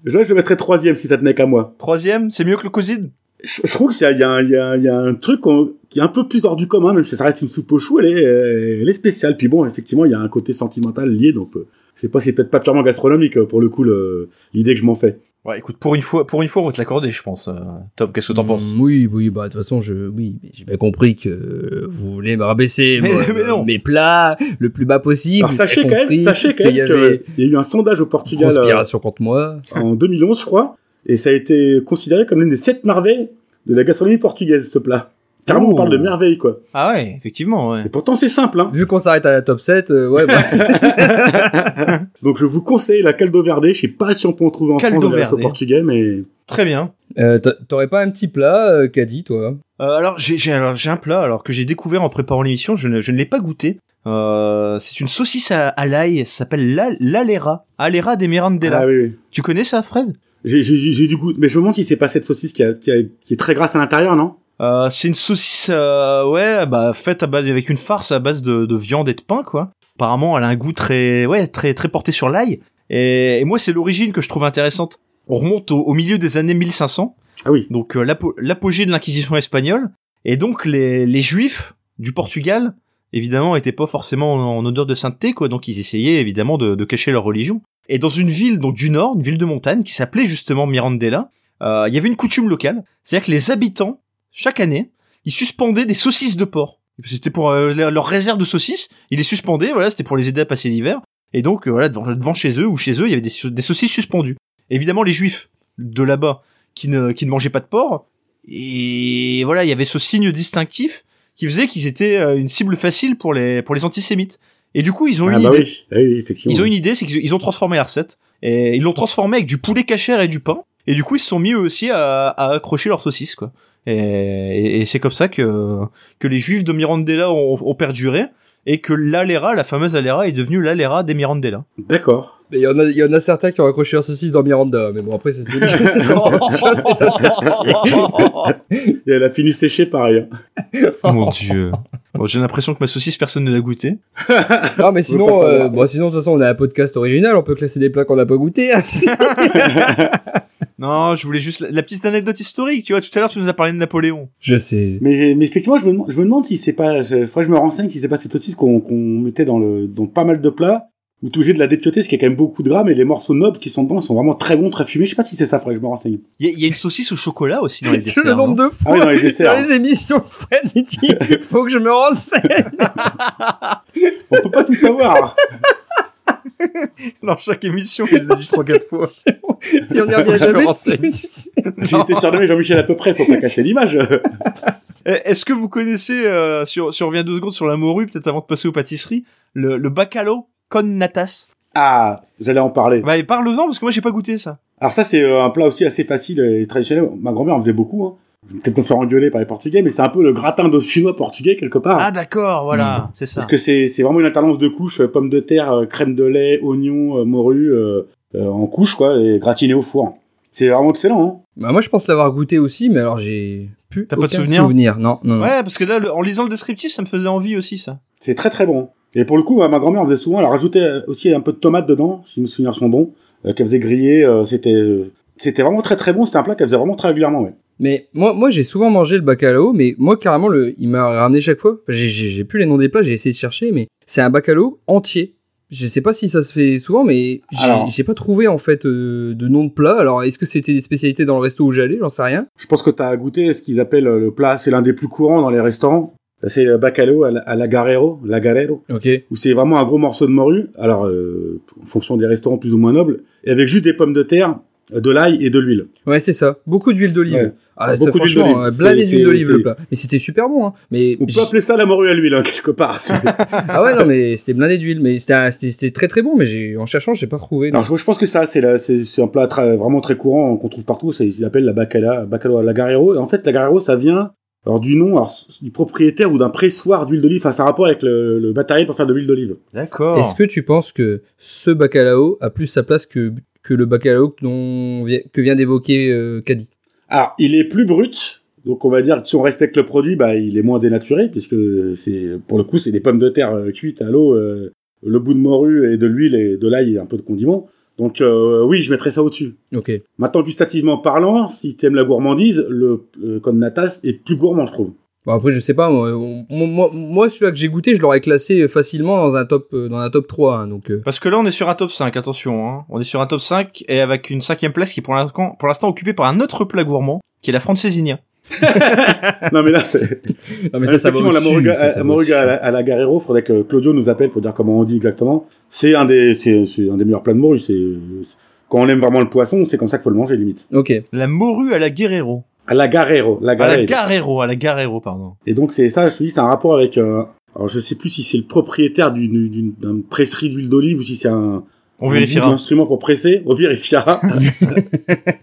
Là, je le mettrais troisième si ça tenait qu'à moi. Troisième, c'est mieux que le coside Je, je trouve que c'est, il y a, un- il y a un- il y a un truc qu'on- qui est un peu plus hors du commun, même si ça reste une soupe au chou, elle est, euh, elle est spéciale. Puis bon, effectivement, il y a un côté sentimental lié, donc, euh, je sais pas, c'est peut-être pas purement gastronomique, euh, pour le coup, le- l'idée que je m'en fais. Ouais, écoute, pour une fois, pour une fois, on va te l'accorder, je pense. euh, Tom, qu'est-ce que t'en Mm, penses Oui, oui, bah de toute façon, je, oui, mais j'ai bien compris que euh, vous voulez me rabaisser Mais- moi, mais euh, non. mes plats le plus bas possible. Alors sachez J'ai quand même, compris sachez quand qu'il même y que, avait il y a eu un sondage au une Portugal euh, conspiration contre moi. en 2011, je crois, et ça a été considéré comme l'une des sept merveilles de la gastronomie portugaise, ce plat. Carrément, Oh. on parle de merveille, quoi. Ah ouais, effectivement, ouais. Et pourtant, c'est simple, hein. Vu qu'on s'arrête à la top 7, euh, ouais, bah, Donc, je vous conseille la caldo verde. Je sais pas si on peut en trouver en Caldo France dans les restos verde. portugais, mais Très bien. euh, t'a- t'aurais pas un petit plat, euh, qu'a dit toi Euh, alors j'ai j'ai- alors, j'ai un plat alors que j'ai découvert en préparant l'émission, je ne, je ne l'ai pas goûté. Euh, c'est une saucisse à, à l'ail, ça s'appelle la- l'alera, alera de Mirandela. Ah oui, oui. Tu connais ça, Fred J'ai- j'ai j'ai du goût, mais je me demande si c'est pas cette saucisse qui, a- qui, a- qui est très grasse à l'intérieur, non euh, C'est une saucisse, euh, ouais, bah faite à base avec une farce à base de, de viande et de pain quoi. Apparemment, elle a un goût très, ouais, très, très porté sur l'ail. Et, et moi, c'est l'origine que je trouve intéressante. On remonte au, au milieu des années 1500. Ah oui. donc euh, l'apo- l'apogée de l'inquisition espagnole et donc les, les juifs du Portugal évidemment étaient pas forcément en, en odeur de sainteté quoi donc ils essayaient évidemment de, de cacher leur religion et dans une ville donc du nord une ville de montagne qui s'appelait justement Mirandela euh, il y avait une coutume locale c'est-à-dire que les habitants chaque année ils suspendaient des saucisses de porc c'était pour euh, leur leur réserve de saucisses ils les suspendaient voilà c'était pour les aider à passer l'hiver et donc euh, voilà devant, devant chez eux ou chez eux il y avait des, sau- des saucisses suspendues évidemment les juifs de là-bas qui ne, qui ne mangeaient pas de porc. Et voilà, il y avait ce signe distinctif qui faisait qu'ils étaient euh, une cible facile pour les, pour les antisémites. Et du coup, ils ont Ah une bah idée. oui, Ah oui, effectivement. Ils ont une idée, c'est qu'ils ils ont transformé la recette. Et ils l'ont transformé avec du poulet cachère et du pain. Et du coup, ils se sont mis eux aussi à, à accrocher leurs saucisses, quoi. Et, et- et c'est comme ça que, que les juifs de Mirandela ont, ont perduré. Et que l'Alera, la fameuse Alera, est devenue l'Alera des Mirandela. D'accord. Il y, en a- y en a certains qui ont accroché leur saucisse dans Miranda, mais bon, après, c'est. Et elle a fini séchée pareil. hein. Oh Mon dieu. Bon, j'ai l'impression que ma saucisse, personne ne l'a goûtée. non, mais On veut sinon, pas euh, savoir. bon, sinon, de toute façon, on a un podcast original, on peut classer des plats qu'on n'a pas hein. goûté. Non, je voulais juste la, la petite anecdote historique. Tu vois, tout à l'heure, tu nous as parlé de Napoléon. je sais. Mais, mais effectivement, je me, demande- je me demande si c'est pas. je- Faudrait que je me renseigne si c'est pas cette saucisse qu'on qu'on mettait dans, le, dans pas mal de plats. Où t'es obligé de la dépioter, parce qu'il y a quand même beaucoup de gras, mais les morceaux nobles qui sont dedans sont vraiment très bons, très fumés. Je sais pas si c'est ça, faudrait que je me renseigne. Il y, a- il y a une saucisse au chocolat aussi dans les Tu desserts. le nombre non de Ah oui, fois dans les dans desserts. les émissions, Fred, il dit faut que je me renseigne. On peut pas tout savoir. Dans chaque émission, il le dit 104 fois. Puis on n'y revient Je me jamais renseigne. dessus, tu sais. J'ai été surnommé Jean-Michel à peu près, faut pas casser l'image. Eh, Est-ce que vous connaissez, euh, sur, sur revient deux secondes sur la morue, peut-être avant de passer aux pâtisseries, le, le bacalao con natas Ah, j'allais en parler. Bah, et parle-en, parce que moi, j'ai pas goûté ça. Alors ça, c'est euh, un plat aussi assez facile et traditionnel. Ma grand-mère en faisait beaucoup. Hein. Je vais peut-être me faire engueuler par les Portugais, mais c'est un peu le gratin dauphinois portugais quelque part. Ah, d'accord, voilà, c'est ça. parce que c'est c'est vraiment une alternance de couches, euh, pommes de terre, euh, crème de lait, oignons, euh, morue, euh, euh, en couche, quoi, et gratiné au four. C'est vraiment excellent. hein. Bah, moi, je pense l'avoir goûté aussi, mais alors j'ai plus. T'as pas de aucun souvenir Non, non, non. Ouais, parce que là, le- en lisant le descriptif, ça me faisait envie aussi, ça. Hein. C'est très très bon. Et pour le coup, euh, ma grand-mère en faisait souvent. Elle rajoutait euh, aussi un peu de tomate dedans, si mes souvenirs sont bons, euh, qu'elle faisait griller. euh, C'était euh, c'était vraiment très très bon. C'était un plat qu'elle faisait vraiment très régulièrement. Ouais. Mais moi, moi j'ai souvent mangé le bacalao, mais moi, carrément, le, il m'a ramené chaque fois. J'ai- J'ai j'ai plus les noms des plats, j'ai essayé de chercher, mais c'est un bacalao entier. Je sais pas si ça se fait souvent, mais j'ai- Alors. j'ai pas trouvé en fait euh, de nom de plat. Alors, est-ce que c'était des spécialités dans le resto où j'allais J'en sais rien. Je pense que tu as goûté ce qu'ils appellent euh, le plat, c'est l'un des plus courants dans les restaurants. C'est le bacalao à la- à l'agarero, l'agarero, Ok. où c'est vraiment un gros morceau de morue, alors euh, en fonction des restaurants plus ou moins nobles, et avec juste des pommes de terre, euh, de l'ail et de l'huile. Ouais, c'est ça. Beaucoup d'huile d'olive. Ouais. Ah, ça, Beaucoup d'huile franchement, d'olive. euh, blindé C'est- d'huile c'est- d'olive le c'est- plat. Mais c'était super bon. Hein. Mais On peut appeler ça la morue à l'huile, hein, quelque part. C'est- ah ouais, non, mais c'était blindé d'huile. Mais c'était un- c'était c'était très très bon. Mais j'ai en cherchant, j'ai pas trouvé. non. alors je- je pense que ça, c'est la- c'est c'est un plat très- vraiment très courant qu'on trouve partout, c'est- ils l'appellent la bacala, bacalao à l'agarero. Et En fait, l'agarero, ça vient alors, du nom alors, s- du propriétaire ou d'un pressoir d'huile d'olive, enfin, ça a rapport avec le, le matériel pour faire de l'huile d'olive. D'accord. Est-ce que tu penses que ce bacalao a plus sa place que, que le bacalao dont vi- que vient d'évoquer euh, Caddy Alors, il est plus brut. Donc, on va dire que si on respecte le produit, bah, il est moins dénaturé, puisque c'est, pour le coup, c'est des pommes de terre euh, cuites à l'eau, euh, le bout de morue et de l'huile et de l'ail et un peu de condiment. Donc, euh, oui, je mettrais ça au-dessus. Ok. euh, Maintenant, gustativement parlant, si t'aimes la gourmandise, le, le natas est plus gourmand, je trouve. Bon, après, je sais pas, moi, on- moi, moi, celui-là que j'ai goûté, je l'aurais classé facilement dans un top, euh, dans un top 3, hein, donc, euh, Parce que là, on est sur un top 5, attention. Hein. On est sur un top 5 et avec une cinquième place qui est pour l'instant pour l'instant occupée par un autre plat gourmand, qui est la francesinha. Non, mais là, c'est. Non, mais ça, ça va Effectivement, la au-dessus, Moruga, ça, ça à- va Moruga à au-dessus. la, à la Guerrero, faudrait que Claudio nous appelle pour dire comment on dit exactement. C'est un des, c'est, c'est un des meilleurs plats de morue. C'est, c'est- quand on aime vraiment le poisson, c'est comme ça qu'il faut le manger, limite. Ok. La morue à la guerrero. À la Guerrero. Ah, La Bah À la Guerrero. guerrero, à la guerrero, pardon. Et donc, c'est ça, je te dis, c'est un rapport avec, euh, alors je sais plus si c'est le propriétaire d'une, d'une, d'une presserie d'huile d'olive ou si c'est un, On Un vérifiera. instrument pour presser, on vérifiera.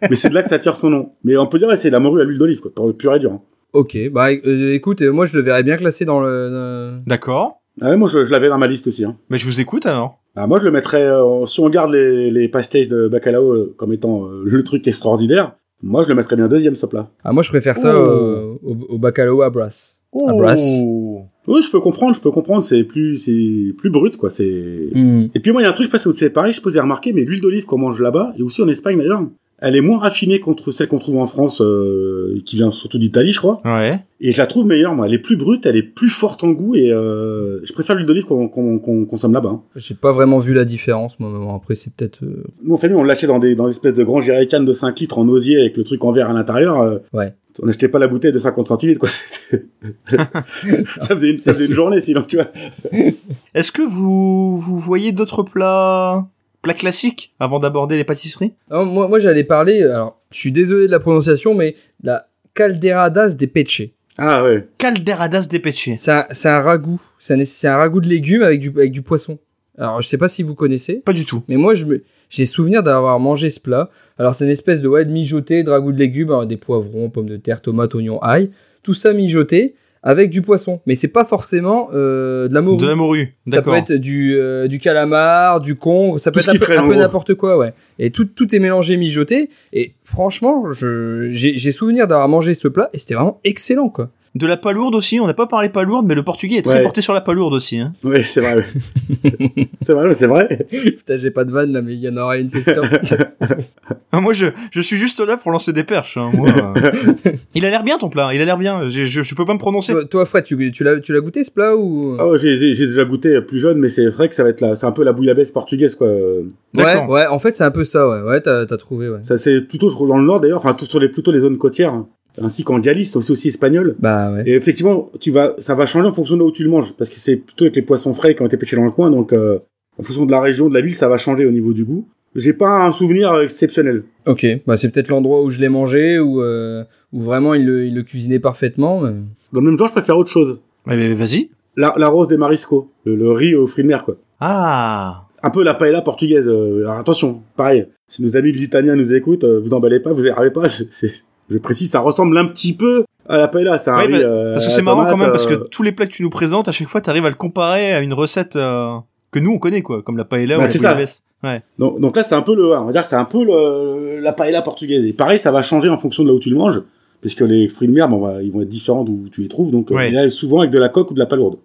mais c'est de là que ça tire son nom. Mais on peut dire, ouais, c'est de la morue à l'huile d'olive, quoi, pour le pur et dur. hein. Ok, bah euh, écoute, euh, moi je le verrais bien classé dans le. dans- D'accord. Ah ouais, moi, je, je l'avais dans ma liste aussi, hein. Mais je vous écoute alors. Ah, moi, je le mettrais, euh, si on garde les, les pastéis de bacalao euh, comme étant euh, le truc extraordinaire, moi, je le mettrais bien deuxième, ce plat. Ah, moi je préfère ça Oh. euh, au, au bacalao à brass. À brass. Oh. Oui, je peux comprendre, je peux comprendre, c'est plus, c'est plus brut, quoi, c'est... Hmm. Et puis, moi, il y a un truc, je sais pas si c'est pareil, je sais pas si vous avez remarqué, mais l'huile d'olive qu'on mange là-bas, et aussi en Espagne, d'ailleurs, elle est moins raffinée contre celle qu'on trouve en France, euh, qui vient surtout d'Italie, je crois. Ouais. Et je la trouve meilleure, moi. Elle est plus brute, elle est plus forte en goût et euh, je préfère l'huile d'olive qu'on qu'on- qu'on consomme là-bas. hein. J'ai pas vraiment vu la différence, moi. mais bon, après, c'est peut-être. euh, Nous, en famille, on l'achetait dans des dans des espèces de grands jerrycans de 5 litres en osier avec le truc en verre à l'intérieur. euh, Ouais. On n'achetait pas la bouteille de 50 centilitres, quoi. ça faisait, une, ça C'est faisait une sûr. journée, sinon, tu vois. Est-ce que vous, vous voyez d'autres plats, plats classiques avant d'aborder les pâtisseries Non, Hein, moi, moi j'allais parler. euh, Alors, je suis désolé de la prononciation, mais la calderadas des peche. Ah ouais. Calderadas dépêché. C'est un, c'est un ragoût. C'est un, c'est un ragoût de légumes avec du, avec du poisson. Alors, je sais pas si vous connaissez, Pas du tout. mais moi, je me- j'ai souvenir d'avoir mangé ce plat. Alors, c'est une espèce de, ouais, de mijoté, de ragoût de légumes, alors des poivrons, pommes de terre, tomates, oignons, ail. Tout ça mijoté avec du poisson. Mais c'est pas forcément euh, de la morue. De la morue. Ça peut D'accord. être du, euh, du calamar, du congre, ça peut Tout être ce un qui peu, traîne, un en peu gros. n'importe quoi, ouais. Et tout, tout est mélangé, mijoté. Et franchement, je- j'ai j'ai souvenir d'avoir mangé ce plat et c'était vraiment excellent, quoi. De la palourde aussi. On n'a pas parlé palourde, mais le portugais est très Ouais. porté sur la palourde aussi. Hein. Ouais, c'est vrai. ouais. c'est vrai, ouais, c'est vrai. Putain, j'ai pas de vanne là, mais il y en aura une, c'est sûr. Ah, Moi, je, je suis juste là pour lancer des perches. hein, moi. Euh, il a l'air bien ton plat. Il a l'air bien. Je, je, je peux pas me prononcer. toi, toi, Fred, tu, tu l'as tu l'as goûté ce plat ou Oh, j'ai- J'ai j'ai déjà goûté euh, plus jeune, mais c'est vrai que ça va être la- c'est un peu la bouillabaisse portugaise, quoi. Ouais, D'accord. ouais, en fait, c'est un peu ça, ouais. Ouais, t'as t'as trouvé, ouais. Ça, c'est plutôt je trouve, dans le nord, d'ailleurs, enfin, tout- sur les, plutôt les zones côtières, hein, ainsi qu'en Galice, c'est aussi espagnol. Bah ouais. Et effectivement, tu vas, ça va changer en fonction de là où tu le manges, parce que c'est plutôt avec les poissons frais qui ont été pêchés dans le coin, donc euh, en fonction de la région, de la ville, ça va changer au niveau du goût. J'ai pas un souvenir exceptionnel. Ok, bah c'est peut-être l'endroit où je l'ai mangé ou euh, où vraiment il le, il le cuisinait parfaitement. mais- Dans le même genre, je préfère autre chose. Mais, mais- mais vas-y. La, la rose des mariscos, le, le riz aux fruits de mer, quoi. Ah. Un peu la paella portugaise. euh, alors attention, pareil, si nos amis lusitaniens nous écoutent, euh, vous emballez pas, vous arrivez pas. c'est- c'est- je précise, ça ressemble un petit peu à la paella, c'est un Oui, riz, bah, euh, Parce à que la c'est marrant quand tomate, même, parce que euh, tous les plats que tu nous présentes, à chaque fois, t'arrives à le comparer à une recette euh, que nous on connaît, quoi, comme la paella Bah, ou la c'est ça. bouillabaisse. Ouais. Donc, donc là, c'est un peu le, on va dire, que c'est un peu le, la paella portugaise. Et pareil, ça va changer en fonction de là où tu le manges, parce que les fruits de mer, bon, bah, ils vont être différents d'où tu les trouves. Donc, euh, Ouais. il y a souvent avec de la coque ou de la palourde,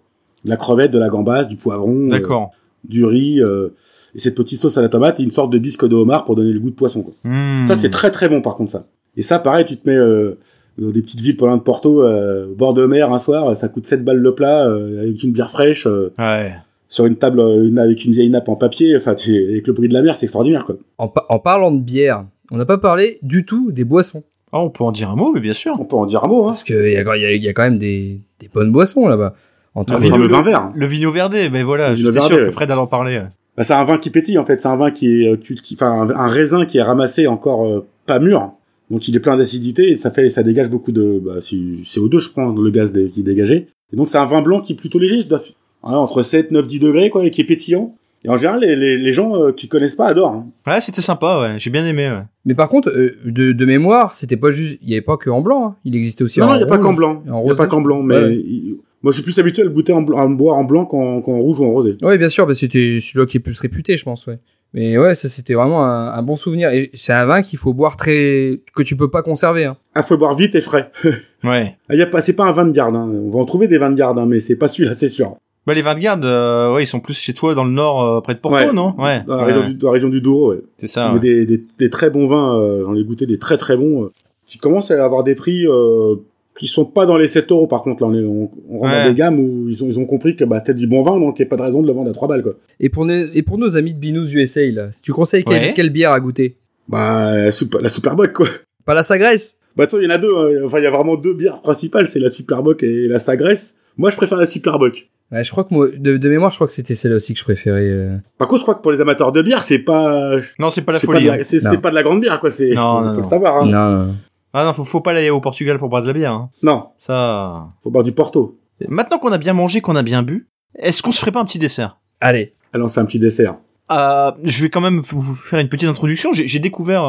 de la crevette, de la gambasse, du poivron, euh, D'accord. du riz, euh, et cette petite sauce à la tomate et une sorte de bisque de homard pour donner le goût de poisson. Quoi. Hmm. Ça, c'est très très bon par contre ça. Et ça, pareil, tu te mets euh, dans des petites villes pour l'un de Porto, euh, au bord de mer, un soir, ça coûte 7 balles le plat euh, avec une bière fraîche. euh, Ouais. sur une table euh, une- avec une vieille nappe en papier, enfin, t'es- avec le bruit de la mer, c'est extraordinaire, quoi. En, pa- en parlant de bière, on n'a pas parlé du tout des boissons. Ah, on peut en dire un mot, mais bien sûr. On peut en dire un mot, hein. Parce qu'il y a, il y a- il y a quand même des, des bonnes boissons là-bas. En Ah, Enfin, termes mais de- le- le vin vert. Le vino verde, mais voilà, Le je vino suis verde, sûr que ouais. Fred allait en parler. ouais. Bah, c'est un vin qui pétille en fait, c'est un vin qui est euh, culti- enfin un, un raisin qui est ramassé encore euh, pas mûr, donc il est plein d'acidité et ça fait ça dégage beaucoup de bah, c'est- CO2 je pense le gaz dé- qui est dégagé. Et donc c'est un vin blanc qui est plutôt léger, je dois f- ouais, entre 7, 9, 10 degrés quoi, et qui est pétillant. Et en général les, les, les gens euh, qui connaissent pas adorent. hein. Ouais, c'était sympa, ouais. J'ai bien aimé, ouais. Mais par contre, euh, de, de mémoire, c'était pas juste. Il n'y avait pas que en blanc. hein. Il existait aussi Non en non, il y a pas rouge. qu'en blanc, Et en il y a rosé, pas qu'en blanc, mais Ouais. il- moi je suis plus habitué à le goûter en blanc, à le boire en blanc qu'en qu'en rouge ou en rosé. Oui, bien sûr, parce que c'était celui-là qui est plus réputé, je pense, ouais. Mais ouais, ça c'était vraiment un, un bon souvenir. Et c'est un vin qu'il faut boire très. que tu peux pas conserver. Hein. Ah faut le boire vite et frais. Ouais. Ah, il y a pas c'est pas un vin de garde, hein. on va en trouver des vins de garde, hein, mais c'est pas celui-là c'est sûr. Bah, les Vindegardes, euh, ouais, ils sont plus chez toi dans le nord, euh, près de Porto, Ouais. non Ouais. Dans la, ouais. région du, dans la région du Douro, ouais. C'est ça. Il y ouais. a des, des, des très bons vins, euh, j'en ai goûté des très très bons, euh, qui commencent à avoir des prix euh, qui sont pas dans les 7 euros par contre là on, est, on, on rentre Ouais. dans des gammes où ils ont, ils ont compris que bah, t'as du bon vin donc il n'y a pas de raison de le vendre à 3 balles quoi. Et pour, nos, et pour nos amis de Binous USA, là, tu conseilles quelle, Ouais. quelle bière à goûter Bah la, super, la Superbock quoi. Pas la Sagresse Bah attends il y en a deux, hein. enfin il y a vraiment deux bières principales, c'est la Superbock et la Sagresse. Moi je préfère la Superbock. Ouais, je crois que moi, de, de mémoire, je crois que c'était celle aussi que je préférais. euh. Par contre je crois que pour les amateurs de bière c'est pas... Non, c'est pas la c'est pas, de folie. hein. la- c'est- Non. c'est pas de la grande bière quoi, c'est... Non, faut, non, faut non. le savoir hein. Non, non. euh. Ah non, faut, faut pas aller au Portugal pour boire de la bière. hein. Non, Ça. faut boire du Porto. Maintenant qu'on a bien mangé, qu'on a bien bu, est-ce qu'on se ferait pas un petit dessert Allez, Alors c'est un petit dessert. Euh, Je vais quand même vous vous faire une petite introduction. J'ai j'ai découvert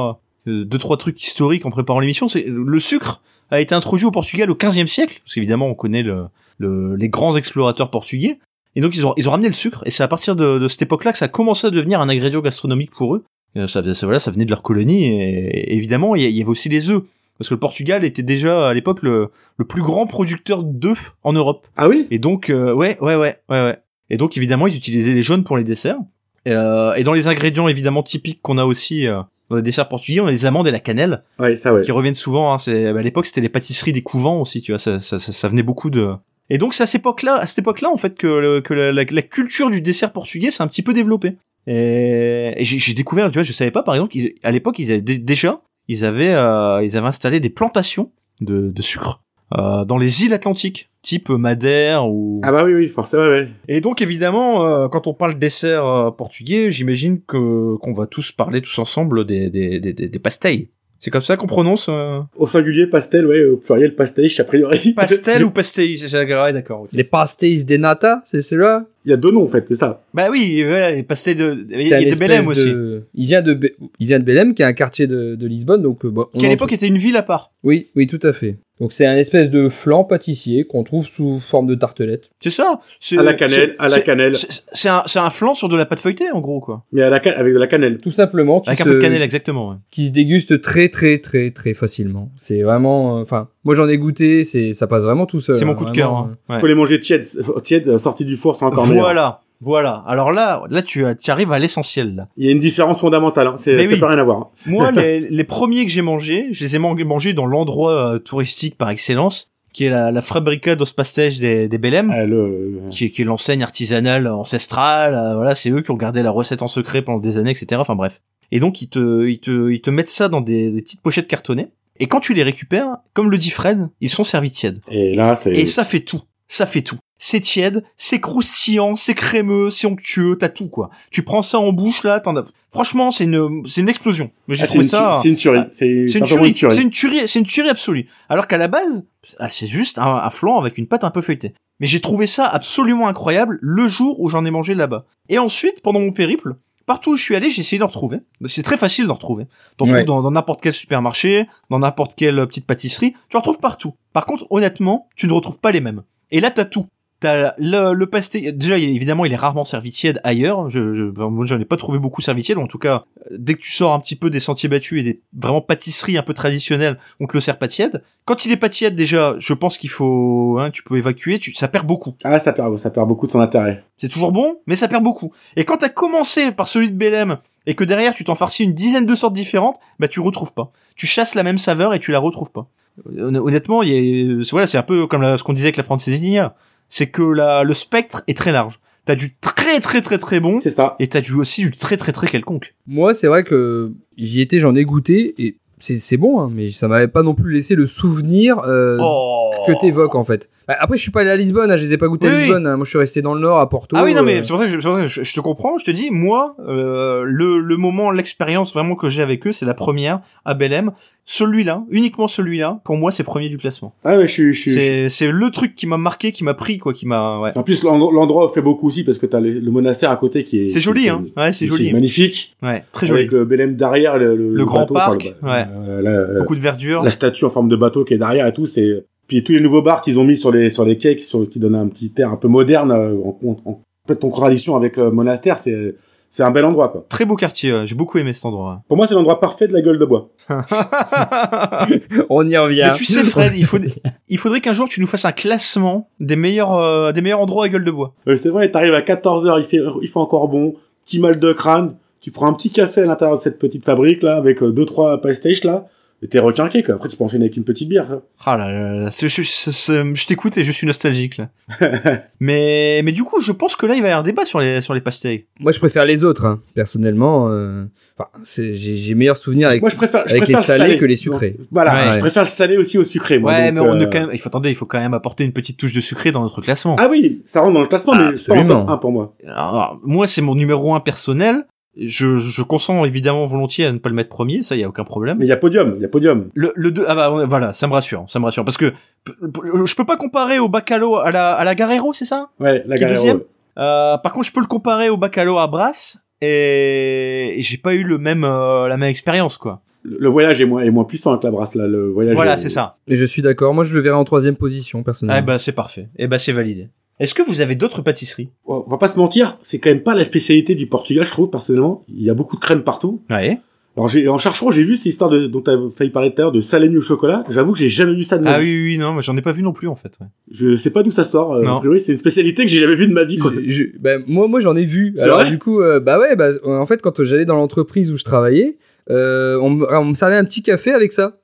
euh, deux trois trucs historiques en préparant l'émission. C'est le sucre a été introduit au Portugal au 15e siècle, parce qu'évidemment on connaît le, le- les grands explorateurs portugais. Et donc ils ont, ils ont ramené le sucre, et c'est à partir de, de cette époque-là que ça a commencé à devenir un ingrédient gastronomique pour eux. Euh, Ça, faisait- ça, voilà, ça venait de leur colonie, et, et évidemment il y, a- il y avait aussi les œufs, parce que le Portugal était déjà à l'époque le, le plus grand producteur d'œufs en Europe. Ah oui Et donc, euh, ouais, ouais, ouais, ouais, ouais. Et donc, évidemment, ils utilisaient les jaunes pour les desserts. Euh, et dans les ingrédients, évidemment, typiques qu'on a aussi euh, dans les desserts portugais, on a les amandes et la cannelle, Ouais ça Ah ouais. qui reviennent souvent. Hein, c'est, à l'époque, c'était les pâtisseries des couvents aussi, tu vois, ça, ça, ça, ça venait beaucoup de... Et donc, c'est à cette époque-là, à cette époque-là en fait, que, le- que la, la- la culture du dessert portugais s'est un petit peu développée. Et, et j'ai, j'ai découvert, tu vois, je savais pas, par exemple, qu'ils- à l'époque, ils avaient dé- déjà, ils avaient, euh, ils avaient installé des plantations de, de sucre euh, dans les îles Atlantiques, type Madère ou... Ah bah oui oui forcément ouais. ouais. Et donc évidemment, euh, quand on parle dessert euh, portugais, j'imagine que qu'on va tous parler tous ensemble des des des, des, des pastéis. C'est comme ça qu'on prononce euh, Au singulier pastel ouais, au pluriel pastiche a priori. pastel ou pastéis. C'est ça, ouais, d'accord. ok. les pastéis des nata, c'est celui-là Il y a deux noms en fait, c'est ça. Bah oui, voilà, les pastéis de il C'est y a un des espèce Belém de- aussi. Il vient de, Be- il vient de Belém, qui est un quartier de, de Lisbonne, donc euh, bon, on Qui à en- l'époque était une ville à part. Oui, oui, tout à fait. Donc c'est un espèce de flan pâtissier qu'on trouve sous forme de tartelette. C'est ça. c'est- À la cannelle, c'est- à la c'est- cannelle. c'est- C'est un c'est un flan sur de la pâte feuilletée en gros quoi. Mais à la ca- avec de la cannelle. Tout simplement, qui, Avec se, un peu de cannelle exactement. ouais. qui se déguste très, très, très, très facilement. C'est vraiment... euh, Enfin, moi j'en ai goûté, c'est, ça passe vraiment tout seul. C'est mon hein, coup de cœur. vraiment, hein. Ouais. Faut les manger tièdes, euh, tièdes, sortis du four, c'est encore meilleur. Voilà. Voilà. Alors là, là tu, as- tu arrives à l'essentiel là. Il y a une différence fondamentale, hein. c'est, Mais ça oui. Mm. peut rien à voir. hein. Moi, les, les premiers que j'ai mangés, je les ai man- mangés dans l'endroit euh, touristique par excellence, qui est la, la Fabrica dos Pastéis des, des Belém, Ah, le- qui, est- qui est l'enseigne artisanale ancestrale. euh, voilà, c'est eux qui ont gardé la recette en secret pendant des années, etc. Enfin bref. Et donc, ils te, ils te, ils te mettent ça dans des, des petites pochettes cartonnées. Et quand tu les récupères, comme le dit Fred, ils sont servis tièdes. Et là, c'est. Et ça fait tout. Ça fait tout. C'est tiède, c'est croustillant, c'est crémeux, c'est onctueux, t'as tout quoi. Tu prends ça en bouche là, t'en as. Franchement, c'est une, c'est une explosion. Mais j'ai Ah, c'est, trouvé une, ça. tu- c'est une tuerie. C'est, C'est une simplement tuerie, c'est une tuerie, c'est une tuerie absolue. Alors qu'à la base, ah, c'est juste un, un flan avec une pâte un peu feuilletée. Mais j'ai trouvé ça absolument incroyable le jour où j'en ai mangé là-bas. Et ensuite, pendant mon périple, partout où je suis allé, j'ai essayé d'en retrouver. C'est très facile d'en retrouver. T'en Ouais. trouves dans dans n'importe quel supermarché, dans n'importe quelle euh, petite pâtisserie. Tu en retrouves partout. Par contre, honnêtement, tu ne retrouves pas les mêmes. Et là, t'as tout. T'as le, le pasté. Déjà, il- évidemment, il est rarement servi tiède ailleurs. Je, je, ben, moi, j'en ai pas trouvé beaucoup servi tiède. En tout cas, euh, dès que tu sors un petit peu des sentiers battus et des vraiment pâtisseries un peu traditionnelles, on te le sert pas tiède. Quand il est pas tiède, déjà, je pense qu'il faut, hein, tu peux évacuer. Tu, ça perd beaucoup. Ah, ça perd, ça perd beaucoup de son intérêt. C'est toujours bon, mais ça perd beaucoup. Et quand t'as commencé par celui de Belém et que derrière tu t'en farcis une dizaine de sortes différentes, bah tu retrouves pas. Tu chasses la même saveur et tu la retrouves pas. Hon- Honnêtement, il y a- c'est- voilà, c'est un peu comme la- ce qu'on disait avec la francesinha. C'est que la, le spectre est très large. T'as du très très très très bon C'est ça. et t'as du aussi du très très très quelconque. Moi, c'est vrai que j'y étais, j'en ai goûté, et c'est, c'est bon, hein, mais ça m'avait pas non plus laissé le souvenir euh, Oh. que t'évoques, en fait. Ah, Après, je suis pas allé à Lisbonne, hein, je les ai pas goûtés Oui, à oui. Lisbonne. hein. Moi, je suis resté dans le nord, à Porto. Ah oui, non, mais euh, c'est pour ça que, je, c'est pour ça que je- je te comprends, je te dis, moi, euh, le, le moment, l'expérience vraiment que j'ai avec eux, c'est la première à Belém. Celui-là, uniquement celui-là, pour moi, c'est premier du classement. Ah ouais, je suis. je suis- C'est c'est le truc qui m'a marqué, qui m'a pris, quoi, qui m'a. Ouais. En plus, l'end- l'endroit fait beaucoup aussi parce que t'as le, le monastère à côté qui est. C'est joli, qui- hein. Ouais, c'est qui- joli. C'est magnifique. Ouais, très joli. Avec le Belém derrière, le, Le grand bateau, parc, enfin, le- euh, la- Beaucoup de verdure. la statue en forme de bateau qui est derrière et tout, c'est puis tous les nouveaux bars qu'ils ont mis sur les sur les quais qui, sont- qui donnent un petit air un peu moderne euh, en, con- en complète contradiction avec le monastère, c'est c'est un bel endroit quoi. Très beau quartier. ouais. J'ai beaucoup aimé cet endroit. Pour moi, c'est l'endroit parfait de la gueule de bois. On y revient. Mais tu sais, Fred, il faut, il faudrait qu'un jour tu nous fasses un classement des meilleurs, euh, des meilleurs endroits à gueule de bois. Euh, c'est vrai, t'arrives à 14h, il fait il fait encore bon, petit mal de crâne, tu prends un petit café à l'intérieur de cette petite fabrique là avec euh, deux trois pastiches là, Et t'es requinqué, quoi. Après, tu peux enchaîner avec une petite bière. hein. quoi. Ah là là, là, c'est- je, c'est- c'est- je t'écoute et je suis nostalgique là. mais, mais du coup, je pense que là, il va y avoir un débat sur les, sur les pastèques. Moi, je préfère les autres, hein. personnellement. euh, Enfin, c'est- j'ai j'ai meilleur souvenir avec. Moi, je préfère, je avec préfère les salés le salé. que les sucrés. Donc, Voilà, Ouais. je préfère le salé aussi au sucré. moi, ouais, donc, mais on euh, a quand même, il faut attendez, il faut quand même apporter une petite touche de sucré dans notre classement. Ah oui, ça rentre dans le classement, Ah, mais pas en absolument. top 1 pour moi. Alors, alors, moi, c'est mon numéro un personnel. Je, je consens évidemment volontiers à ne pas le mettre premier, ça, il y a aucun problème. Mais il y a podium, il y a podium. Le, le deux, ah bah ouais, voilà, ça me rassure, ça me rassure parce que p- p- je peux pas comparer au Bacalo à la à la Guerrero, c'est ça Ouais, la Qui est galère. deuxième Euh, par contre, je peux le comparer au Bacalo à Brass et et j'ai pas eu le même euh, la même expérience quoi. Le le voyage est moins, est moins puissant avec la brasse, là. Le voyage Voilà, est- c'est ça. Et je suis d'accord. Moi, je le verrai en troisième position, Ah personnellement. bah c'est parfait. Et bah c'est validé. Est-ce que vous avez d'autres pâtisseries On va pas se mentir, c'est quand même pas la spécialité du Portugal, je trouve, personnellement. Il y a beaucoup de crème partout. Ouais. Alors, j'ai, en cherchant, j'ai vu cette histoire de, dont t'as failli parler tout à l'heure de salé nu au chocolat. J'avoue que j'ai jamais vu ça de ma Ah vie. oui oui non, mais j'en ai pas vu non plus en fait. ouais. Je sais pas d'où ça sort. euh, Non. a priori, c'est une spécialité que j'ai jamais vue de ma vie, quoi. Je- je- ben, moi, moi j'en ai vu. C'est Alors vrai du coup, euh, bah ouais, bah, en fait, quand j'allais dans l'entreprise où je travaillais, euh, on, me- on me servait un petit café avec ça.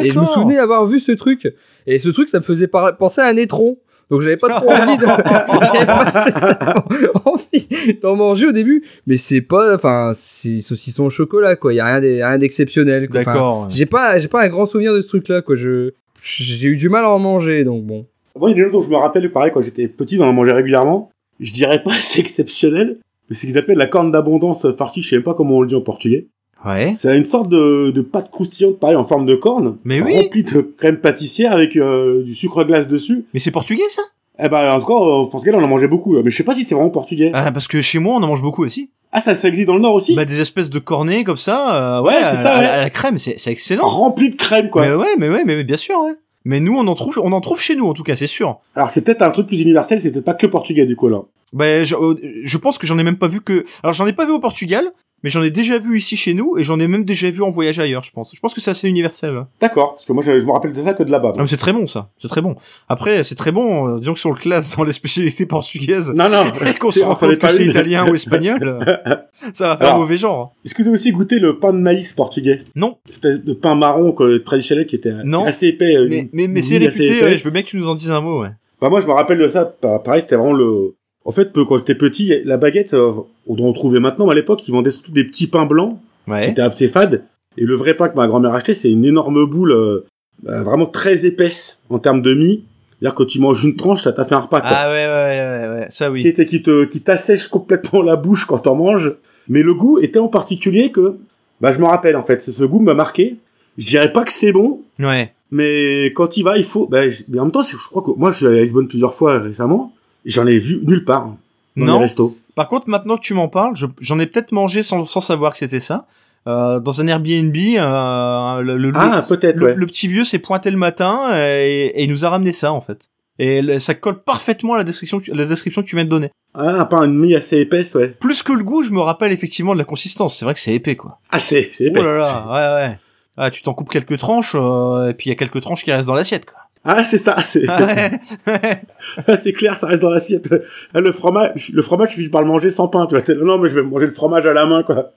Et je me souvenais avoir vu ce truc. Et ce truc, ça me faisait par- penser à un étron. Donc j'avais pas trop envie de- j'avais pas forcément envie d'en manger au début. Mais c'est pas, enfin, c'est saucisson au chocolat, quoi. Y a rien d'e- rien d'exceptionnel. quoi. Enfin, D'accord. ouais. J'ai pas, j'ai pas un grand souvenir de ce truc-là, quoi. Je, j'ai eu du mal à en manger, donc bon. Moi, il y en a une dont je me rappelle, pareil, quand j'étais petit, on en mangeait régulièrement. Je dirais pas c'est exceptionnel, mais c'est ce qu'ils appellent la corne d'abondance farcie, je sais même pas comment on le dit en portugais. Ouais. C'est une sorte de, de pâte croustillante, pareil, en forme de corne, Mais oui. remplie de crème pâtissière avec euh, du sucre glace dessus. Mais c'est portugais ça Eh ben, en tout cas, au Portugal, on en mangeait beaucoup, mais je sais pas si c'est vraiment portugais. Ah parce que chez moi on en mange beaucoup aussi. Ah, ça, ça existe dans le Nord aussi Bah des espèces de cornets comme ça. euh, ouais, Ouais, c'est à- ça, à- ouais. à la crème, c'est c'est excellent. Rempli de crème, quoi. Mais euh, ouais, mais ouais, mais, mais bien sûr, ouais. Mais nous, on en trouve, on en trouve chez nous, en tout cas, c'est sûr. Alors, c'est peut-être un truc plus universel, c'est peut-être pas que portugais, du coup, là. Ben, je, euh, je pense que j'en ai même pas vu que. Alors, j'en ai pas vu au Portugal, mais j'en ai déjà vu ici chez nous, et j'en ai même déjà vu en voyage ailleurs, je pense. Je pense que c'est assez universel. hein. là. D'accord, parce que moi, je, je me rappelle de ça que de là-bas. Ah, mais c'est très bon, ça. C'est très bon. Après, c'est très bon. euh, disons que si on le classe dans les spécialités portugaises, Non, non. et qu'on se c'est- rend on s'en est compte que pas c'est une. italien ou espagnol, euh, ça va faire Alors. mauvais genre. hein. Est-ce que vous avez aussi goûté le pain de maïs portugais Non. espèce de pain marron que, traditionnel qui était Non. assez épais. euh, Mais, une- mais, mais une c'est ligne assez réputé, ouais, épaisse. je veux bien que tu nous en dises un mot, ouais. Bah, moi, je me rappelle de ça. pa- Pareil, c'était vraiment le. En fait, peu- quand j'étais petit, la baguette, euh, on doit en trouver maintenant, mais à l'époque, ils vendaient surtout des petits pains blancs qui Ouais. étaient assez fades. Et le vrai pain que ma grand-mère achetait, c'est une énorme boule euh, bah, vraiment très épaisse en termes de mie. C'est-à-dire que tu manges une tranche, ça t'a fait un repas. Quoi. Ah ouais, ouais, ouais, ouais, ça oui. qui, était- qui te- qui t'assèche complètement la bouche quand t'en manges. Mais le goût était en particulier que, bah, je me rappelle en fait, ce goût m'a marqué. Je dirais pas que c'est bon, Ouais. mais quand il va, il faut. Bah, je- mais en même temps, c'est- je crois que moi, je suis allé à Lisbonne plusieurs fois récemment. J'en ai vu nulle part hein, dans les Non. restos. Par contre, maintenant que tu m'en parles, je- j'en ai peut-être mangé sans, sans savoir que c'était ça. Euh, dans un Airbnb, euh, le, le- Ah, peut-être. le- Ouais. le petit vieux s'est pointé le matin et, et il nous a ramené ça en fait. Et le- ça colle parfaitement à la description, que- la description que tu viens de donner. Ah, pas une mie assez épaisse, ouais. Plus que le goût, je me rappelle effectivement de la consistance. C'est vrai que c'est épais quoi. Ah, c'est c'est épais. Oh là là, ouais ouais. Ah, tu t'en coupes quelques tranches euh, et puis il y a quelques tranches qui restent dans l'assiette quoi. Ah, c'est ça. C'est Ah ouais, ouais. ah, c'est clair, ça reste dans l'assiette. Ah, Le fromage, le fromage, je finis par le manger sans pain. Tu vois, T'es là, non, mais je vais manger le fromage à la main, quoi.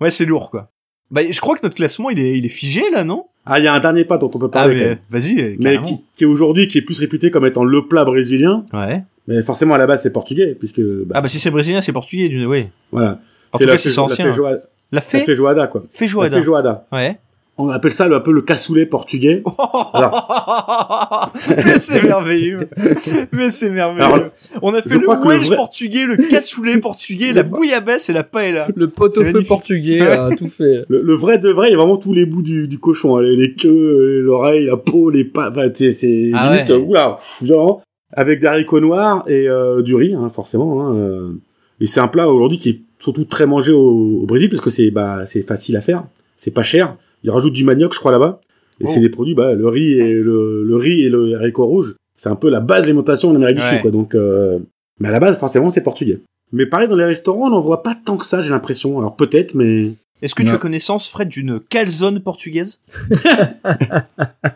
Ouais, c'est lourd quoi. Bah, je crois que notre classement il est, il est figé là, non Ah, il y a un dernier pas dont on peut Ah parler. quand même. mais vas-y. mais carrément. qui, qui est aujourd'hui qui est plus réputé comme étant le plat brésilien, Ouais. mais forcément à la base c'est portugais puisque bah, Ah bah si c'est brésilien, c'est portugais, d'une... oui. voilà, En c'est tout la cas, si feijo- c'est ancien. hein. la feijoada, La la fée, feijoada quoi. La feijoada. feijoada. Ouais. On appelle ça le- un peu le cassoulet portugais. Mais c'est merveilleux. Mais c'est merveilleux. Alors, On a fait je le crois que le Welsh vrai- portugais, le cassoulet portugais, la bouillabaisse et la paella. Le pot C'est au feu magnifique. portugais a tout fait. Le, le vrai de vrai, il y a vraiment tous les bouts du, du cochon, hein, les, les queues, euh, l'oreille, la peau, les pattes, enfin, c'est c'est Ah limite ouais. euh, oula, pff, violent, avec des haricots noirs et euh, du riz hein, forcément. hein, euh. et c'est un plat aujourd'hui qui est surtout très mangé au, au Brésil parce que c'est bah c'est facile à faire, c'est pas cher. Ils rajoutent du manioc, je crois là-bas, et Oh. c'est des produits bah le riz et le, le riz et le haricot rouge, c'est un peu la base de l'alimentation en Amérique Ouais. du Sud quoi. Donc euh, mais à la base forcément c'est portugais. Mais pareil dans les restaurants, on n'en voit pas tant que ça, j'ai l'impression. Alors peut-être, mais Est-ce que tu Non. as connaissance, Fred, d'une calzone portugaise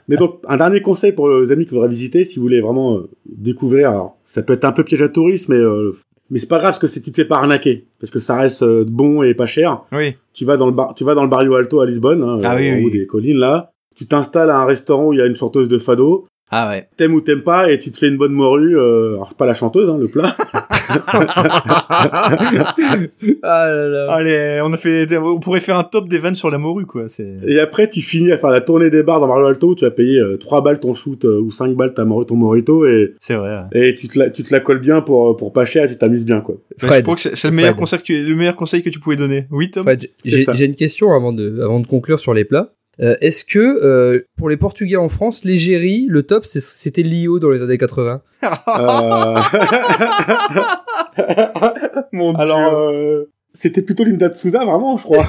Mais donc, un dernier conseil pour les amis qui voudraient visiter, si vous voulez vraiment euh, découvrir, alors, ça peut être un peu piège à tourisme, mais, euh, mais c'est pas grave parce que si tu te fais pas arnaquer, parce que ça reste euh, bon et pas cher. Oui. Tu vas dans le, bar, tu vas dans le barrio Alto à Lisbonne, hein, Ah euh, oui, en oui. haut des collines là, tu t'installes à un restaurant où il y a une chanteuse de fado, Ah ouais. t'aimes ou t'aimes pas, et tu te fais une bonne morue, euh, alors pas la chanteuse, hein, le plat. Ah là là. Euh, Allez, on a fait, on pourrait faire un top des vannes sur la morue, quoi. C'est. Et après, tu finis à faire la tournée des bars dans Mario Alto, où tu vas payer euh, 3 balles ton shoot euh, ou 5 balles ta mor- ton morito, et, C'est vrai. ouais. et tu, te la, tu te la colles bien pour, euh, pour pas cher, et tu t'amuses bien, quoi. Mais je Fred, crois que c'est c'est le meilleur Fred. conseil que tu, le meilleur conseil que tu pouvais donner. Oui, Tom. Fred, c'est j'ai ça. j'ai une question avant de, avant de conclure sur les plats. Euh, Est-ce que euh, pour les Portugais en France, l'égérie, le top, c'est- c'était l'IO dans les années 80 Euh, Mon alors, euh, c'était plutôt Linda Souza, vraiment, je crois.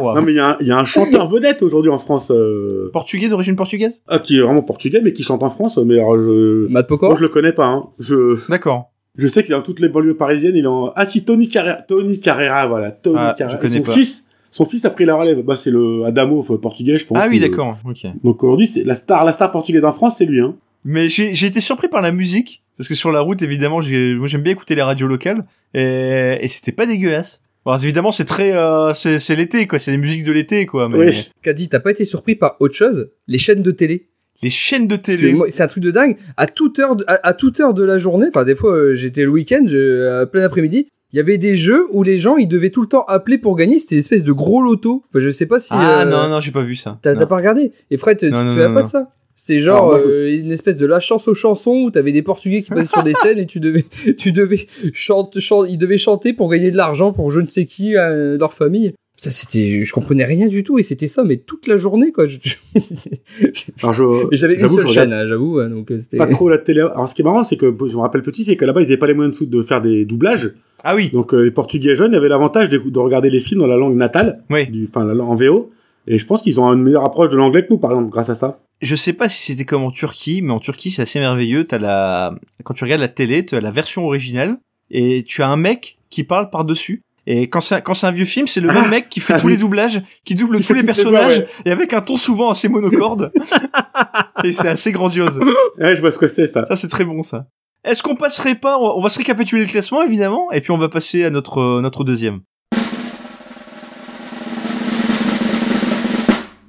Oh, non, mais il y, a un- il y a un chanteur vedette aujourd'hui en France, euh, Portugais d'origine portugaise. ah, qui est vraiment portugais, mais qui chante en France, mais alors, je... Matt Pokor Euh, Moi, je le connais pas, hein. Je, D'accord. je sais qu'il est dans toutes les banlieues parisiennes, il est en... Ah si, Tony Carrera, Tony Carrera, voilà, Tony Ah, je Carrera. Et connais son pas. fils, son fils a pris la relève. Bah, c'est le Adamo euh, portugais, Oh, je pense. Ah oui, Euh, d'accord. Ok. Donc aujourd'hui, c'est la star, la star portugaise en France, c'est lui, hein. Mais j'ai j'ai été surpris par la musique parce que sur la route, évidemment, j'ai- moi j'aime bien écouter les radios locales et, et c'était pas dégueulasse. Bon, évidemment, c'est très, euh, c'est c'est l'été, quoi. C'est les musiques de l'été, quoi. Mais Oui. Qu'a dit, t'as pas été surpris par autre chose Les chaînes de télé. les chaînes de Parce que télé. moi, C'est un truc de dingue. À toute heure de, à, à toute heure de la journée, enfin des fois euh, j'étais le week-end, je- à plein après-midi, il y avait des jeux où les gens ils devaient tout le temps appeler pour gagner. C'était une espèce de gros loto. Enfin, je sais pas si. Ah euh, non, non, j'ai pas vu ça. T'as Non. t'as pas regardé Et Fred, tu Non, te non, souviens non, pas non. de ça C'est genre Alors, moi, je- euh, une espèce de la chance aux chansons où t'avais des Portugais qui passaient sur des scènes et tu devais, tu devais chanter, ils devaient chanter pour gagner de l'argent pour je ne sais qui, euh, leur famille. Ça c'était, je comprenais rien du tout et c'était ça, mais toute la journée quoi. Je- je- Alors, je, mais J'avais une j'avoue, seule je regarde chaîne, hein, j'avoue, hein, donc euh, c'était. Pas trop la télé. Alors, ce qui est marrant, c'est que, je me rappelle petit, c'est que là-bas, ils avaient pas les moyens de, sou- de faire des doublages. Ah oui. Donc, euh, les Portugais jeunes avaient l'avantage de, de regarder les films dans la langue natale, Oui. du, enfin, la langue- en VO. Et je pense qu'ils ont une meilleure approche de l'anglais que nous, par exemple, grâce à ça. Je sais pas si c'était comme en Turquie, mais en Turquie c'est assez merveilleux. T'as la quand tu regardes la télé, t'as la version originale et tu as un mec qui parle par dessus. Et quand c'est un- quand c'est un vieux film, c'est le même mec qui fait ah tous oui. les doublages, qui double Il tous fait les toutes les voix, personnages ouais. et avec un ton souvent assez monocorde. et c'est assez grandiose. Ouais, je vois ce que c'est, ça. Ça c'est très bon ça. Est-ce qu'on passerait pas On on va se récapituler le classement évidemment et puis on va passer à notre euh, notre deuxième.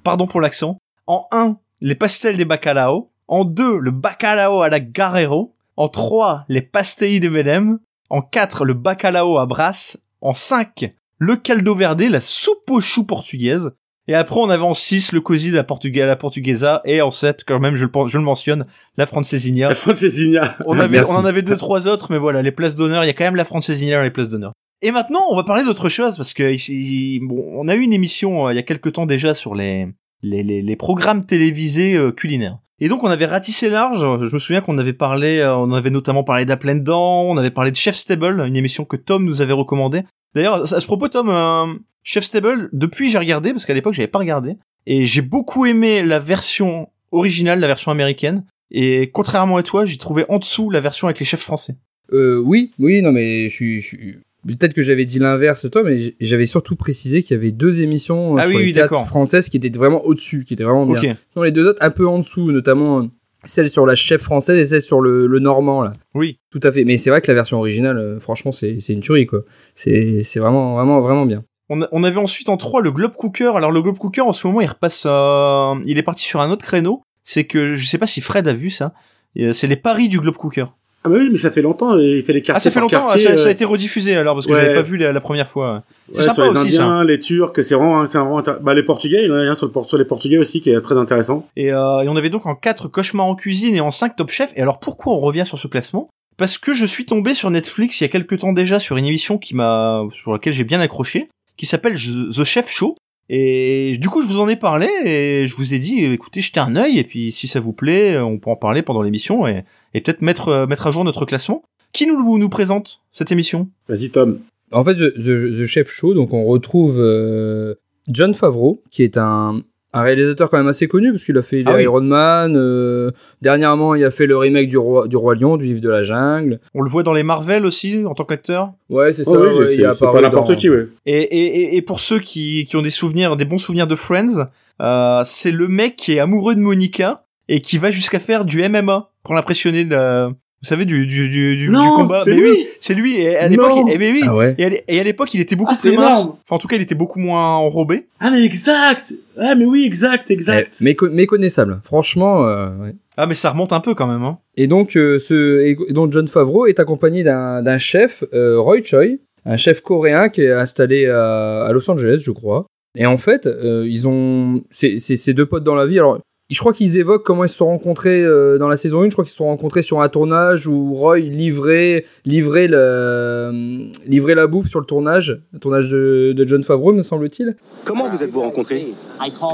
Pardon pour l'accent. En 1, les pastels des bacalao. En 2, le bacalao à la Guerrero. En 3, les pastéis de Belém. En 4, le bacalao à Brasse. En 5, le caldo verde, la soupe aux choux portugaise. Et après, on avait en 6, le cosy de la, Portuga- la portuguesa. Et en 7, quand même, je le, pen- je le mentionne, la francesinha. La Francesinha. On, avait, Merci. on en avait deux, trois autres, mais voilà, les places d'honneur, il y a quand même la Francesinha dans les places d'honneur. Et maintenant, on va parler d'autre chose, parce que ici, bon, on a eu une émission euh, il y a quelques temps déjà sur les, les, les, les programmes télévisés euh, culinaires. Et donc, on avait ratissé large. Je me souviens qu'on avait parlé, euh, on avait notamment parlé d'Aplendant, on avait parlé de Chef Stable, une émission que Tom nous avait recommandée. D'ailleurs, à ce propos, Tom, euh, Chef Stable, depuis j'ai regardé, parce qu'à l'époque, j'avais pas regardé. Et j'ai beaucoup aimé la version originale, la version américaine. Et contrairement à toi, j'ai trouvé en dessous la version avec les chefs français. Euh, oui, oui, non, mais je suis. je suis- Peut-être que j'avais dit l'inverse, toi, mais j- j'avais surtout précisé qu'il y avait deux émissions euh, Ah sur oui, les oui, quatre d'accord. françaises qui étaient vraiment au-dessus, qui étaient vraiment bien. Ok. Sinon, les deux autres un peu en dessous, notamment euh, celle sur la chef française et celle sur le, le normand, là. Oui. Tout à fait. Mais c'est vrai que la version originale, euh, franchement, c'est c'est une tuerie, quoi. C'est c'est vraiment, vraiment, vraiment bien. On, a- on avait ensuite en 3 le Globe Cooker. Alors le Globe Cooker en ce moment il repasse, euh, il est parti sur un autre créneau. C'est que je sais pas si Fred a vu ça. Et, euh, C'est les paris du Globe Cooker. Ah, bah oui, mais ça fait longtemps, il fait les Ah quartiers. ça fait par longtemps, ah, quartier, ça, euh, ça a été rediffusé alors parce que Ouais. j'avais pas vu la, la première fois. C'est Ouais, sympa sur les aussi ça. Indiens, les Turcs, c'est vraiment, c'est vraiment intér- bah, les Portugais, il y en a un sur, le por- sur les Portugais aussi qui est très intéressant. Et, euh, et on avait donc en 4 Cauchemar en cuisine et en 5 Top Chef. Et alors pourquoi on revient sur ce classement Parce que je suis tombé sur Netflix il y a quelques temps déjà sur une émission qui m'a sur laquelle j'ai bien accroché, qui s'appelle Je- The Chef Show. Et du coup, je vous en ai parlé et je vous ai dit, écoutez, jetez un œil et puis si ça vous plaît, on peut en parler pendant l'émission et, et peut-être mettre euh, mettre à jour notre classement. Qui nous nous présente cette émission Vas-y, Tom. En fait, The, The- The Chef Show, donc on retrouve euh, John Favreau, qui est un, un réalisateur quand même assez connu, parce qu'il a fait les Ah oui. Iron Man. euh, dernièrement, il a fait le remake du Roi, du Roi Lion, du Livre de la Jungle. On le voit dans les Marvel aussi en tant qu'acteur. Ouais, c'est Oh ça. oui, ouais, c'est- il a c'est pas apparu n'importe dans- qui, ouais. Et, et, et- et pour ceux qui, qui ont des souvenirs, des bons souvenirs de Friends, euh, c'est le mec qui est amoureux de Monica et qui va jusqu'à faire du MMA pour l'impressionner. de- Vous savez, du, du, du, du, Non, du combat. c'est Mais lui. oui, c'est lui. Et à l'époque, Non. eh ben oui. Ah ouais. Et à l'é- et à l'époque, il était beaucoup Ah, plus c'est mince. énorme. Enfin, en tout cas, il était beaucoup moins enrobé. Ah, mais exact Ah, mais oui, exact, exact. Eh, méco- méconnaissable. Franchement, euh, ouais. Ah, mais ça remonte un peu quand même. Hein. Et donc, euh, ce, et donc John Favreau est accompagné d'un d'un chef, euh, Roy Choi, un chef coréen qui est installé à, à Los Angeles, je crois. Et en fait, euh, ils ont ces ces- ces deux potes dans la vie. Alors, je crois qu'ils évoquent comment ils se sont rencontrés euh, dans la saison 1. Je crois qu'ils se sont rencontrés sur un tournage où Roy livrait, livrait, le, livrait la bouffe sur le tournage, le tournage de, de John Favreau, me semble-t-il. Comment vous êtes-vous rencontrés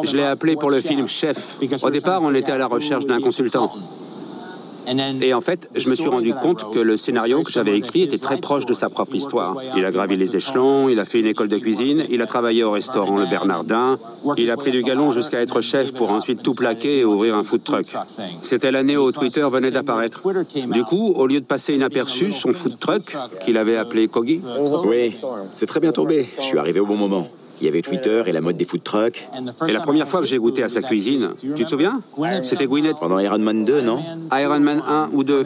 Je l'ai appelé pour le film Chef. Au départ, on était à la recherche d'un consultant. Et en fait, je me suis rendu compte que le scénario que j'avais écrit était très proche de sa propre histoire. Il a gravi les échelons, il a fait une école de cuisine, il a travaillé au restaurant Le Bernardin, il a pris du galon jusqu'à être chef pour ensuite tout plaquer et ouvrir un food truck. C'était l'année où Twitter venait d'apparaître. Du coup, au lieu de passer inaperçu, son food truck, qu'il avait appelé Kogi, Oui, c'est très bien tombé. Je suis arrivé au bon moment. Il y avait Twitter et la mode des food trucks. et la première fois que j'ai goûté à sa cuisine, tu te souviens C'était Gwyneth Pendant Iron Man 2, non Iron Man 1 ou 2.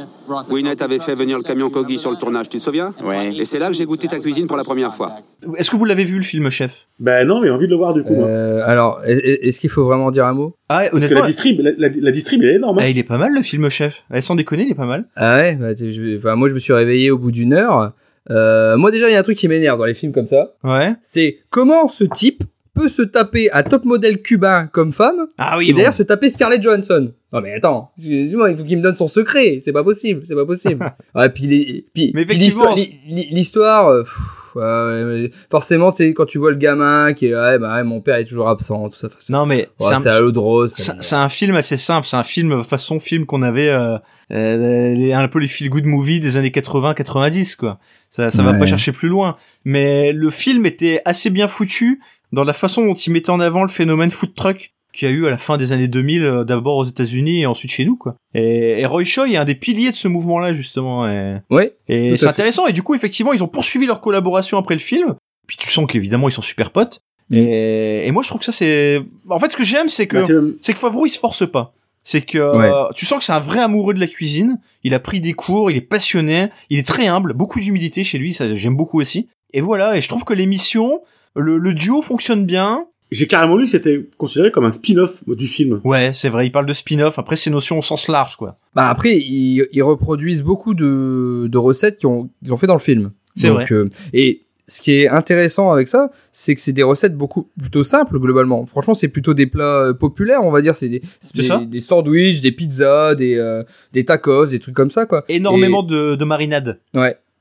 Gwyneth avait fait venir le camion Kogi sur le tournage, tu te souviens Ouais. Et c'est là que j'ai goûté ta cuisine pour la première fois. Est-ce que vous l'avez vu le film, chef Ben non, mais j'ai envie de le voir du coup. moi. Euh, alors, est- est- est-ce qu'il faut vraiment dire un mot Ah, Parce que honnêtement. la distrib, la, la- la distrib, elle est énorme. hein. eh, il est pas mal le film, chef. Eh, sans déconner, il est pas mal. Ah ouais, bah, t'es- je- enfin, moi je me suis réveillé au bout d'une heure. Euh, moi déjà, il y a un truc qui m'énerve dans les films comme ça. Ouais. C'est comment ce type peut se taper un top modèle cubain comme femme Ah oui, et bon. d'ailleurs se taper Scarlett Johansson. Non mais attends, excuse-moi, il faut qu'il me donne son secret. C'est pas possible, c'est pas possible. ah, puis les- puis- Mais puis effectivement, l'histoire, li- li- l'histoire, euh, pff, ouais, ouais, mais forcément, tu sais, quand tu vois le gamin qui est, ouais, bah ouais, mon père est toujours absent, tout ça. enfin, c'est- Non, mais ouais, c'est c'est un, à l'eau de rose. ça- C'est c'est un film assez simple, c'est un film façon film qu'on avait euh, euh, les- un peu les feel good movies des années 80-90 quoi. Ça ça va Ouais. pas chercher plus loin, mais le film était assez bien foutu dans la façon dont il mettait en avant le phénomène food truck qu'il y a eu à la fin des années 2000 euh, d'abord aux États-Unis et ensuite chez nous quoi. Et, et Roy Choi est un des piliers de ce mouvement là justement et, Ouais. Tout et à c'est fait. intéressant. Et du coup, effectivement, ils ont poursuivi leur collaboration après le film. Puis tu sens qu'évidemment, ils sont super potes. Mm. Et, et moi, je trouve que ça, c'est. En fait, ce que j'aime, c'est que Bah, c'est le- c'est que Favreau, il se force pas. C'est que Ouais. euh, tu sens que c'est un vrai amoureux de la cuisine. Il a pris des cours, il est passionné, il est très humble, beaucoup d'humilité chez lui, ça j'aime beaucoup aussi. Et voilà, et je trouve que l'émission, le, le duo fonctionne bien. J'ai carrément lu que c'était considéré comme un spin-off moi, du film. Ouais, c'est vrai, il parle de spin-off. Après, c'est notion au sens large, quoi. Bah après, ils, ils reproduisent beaucoup de, de recettes qu'ils ont, qu'ils ont fait dans le film. C'est Donc, vrai. euh, et ce qui est intéressant avec ça, c'est que c'est des recettes beaucoup plutôt simples globalement. Franchement, c'est plutôt des plats euh, populaires, on va dire. C'est des, c'est ça des, des sandwichs, des pizzas, des, euh, des tacos, des trucs comme ça, quoi. Énormément de, de marinades.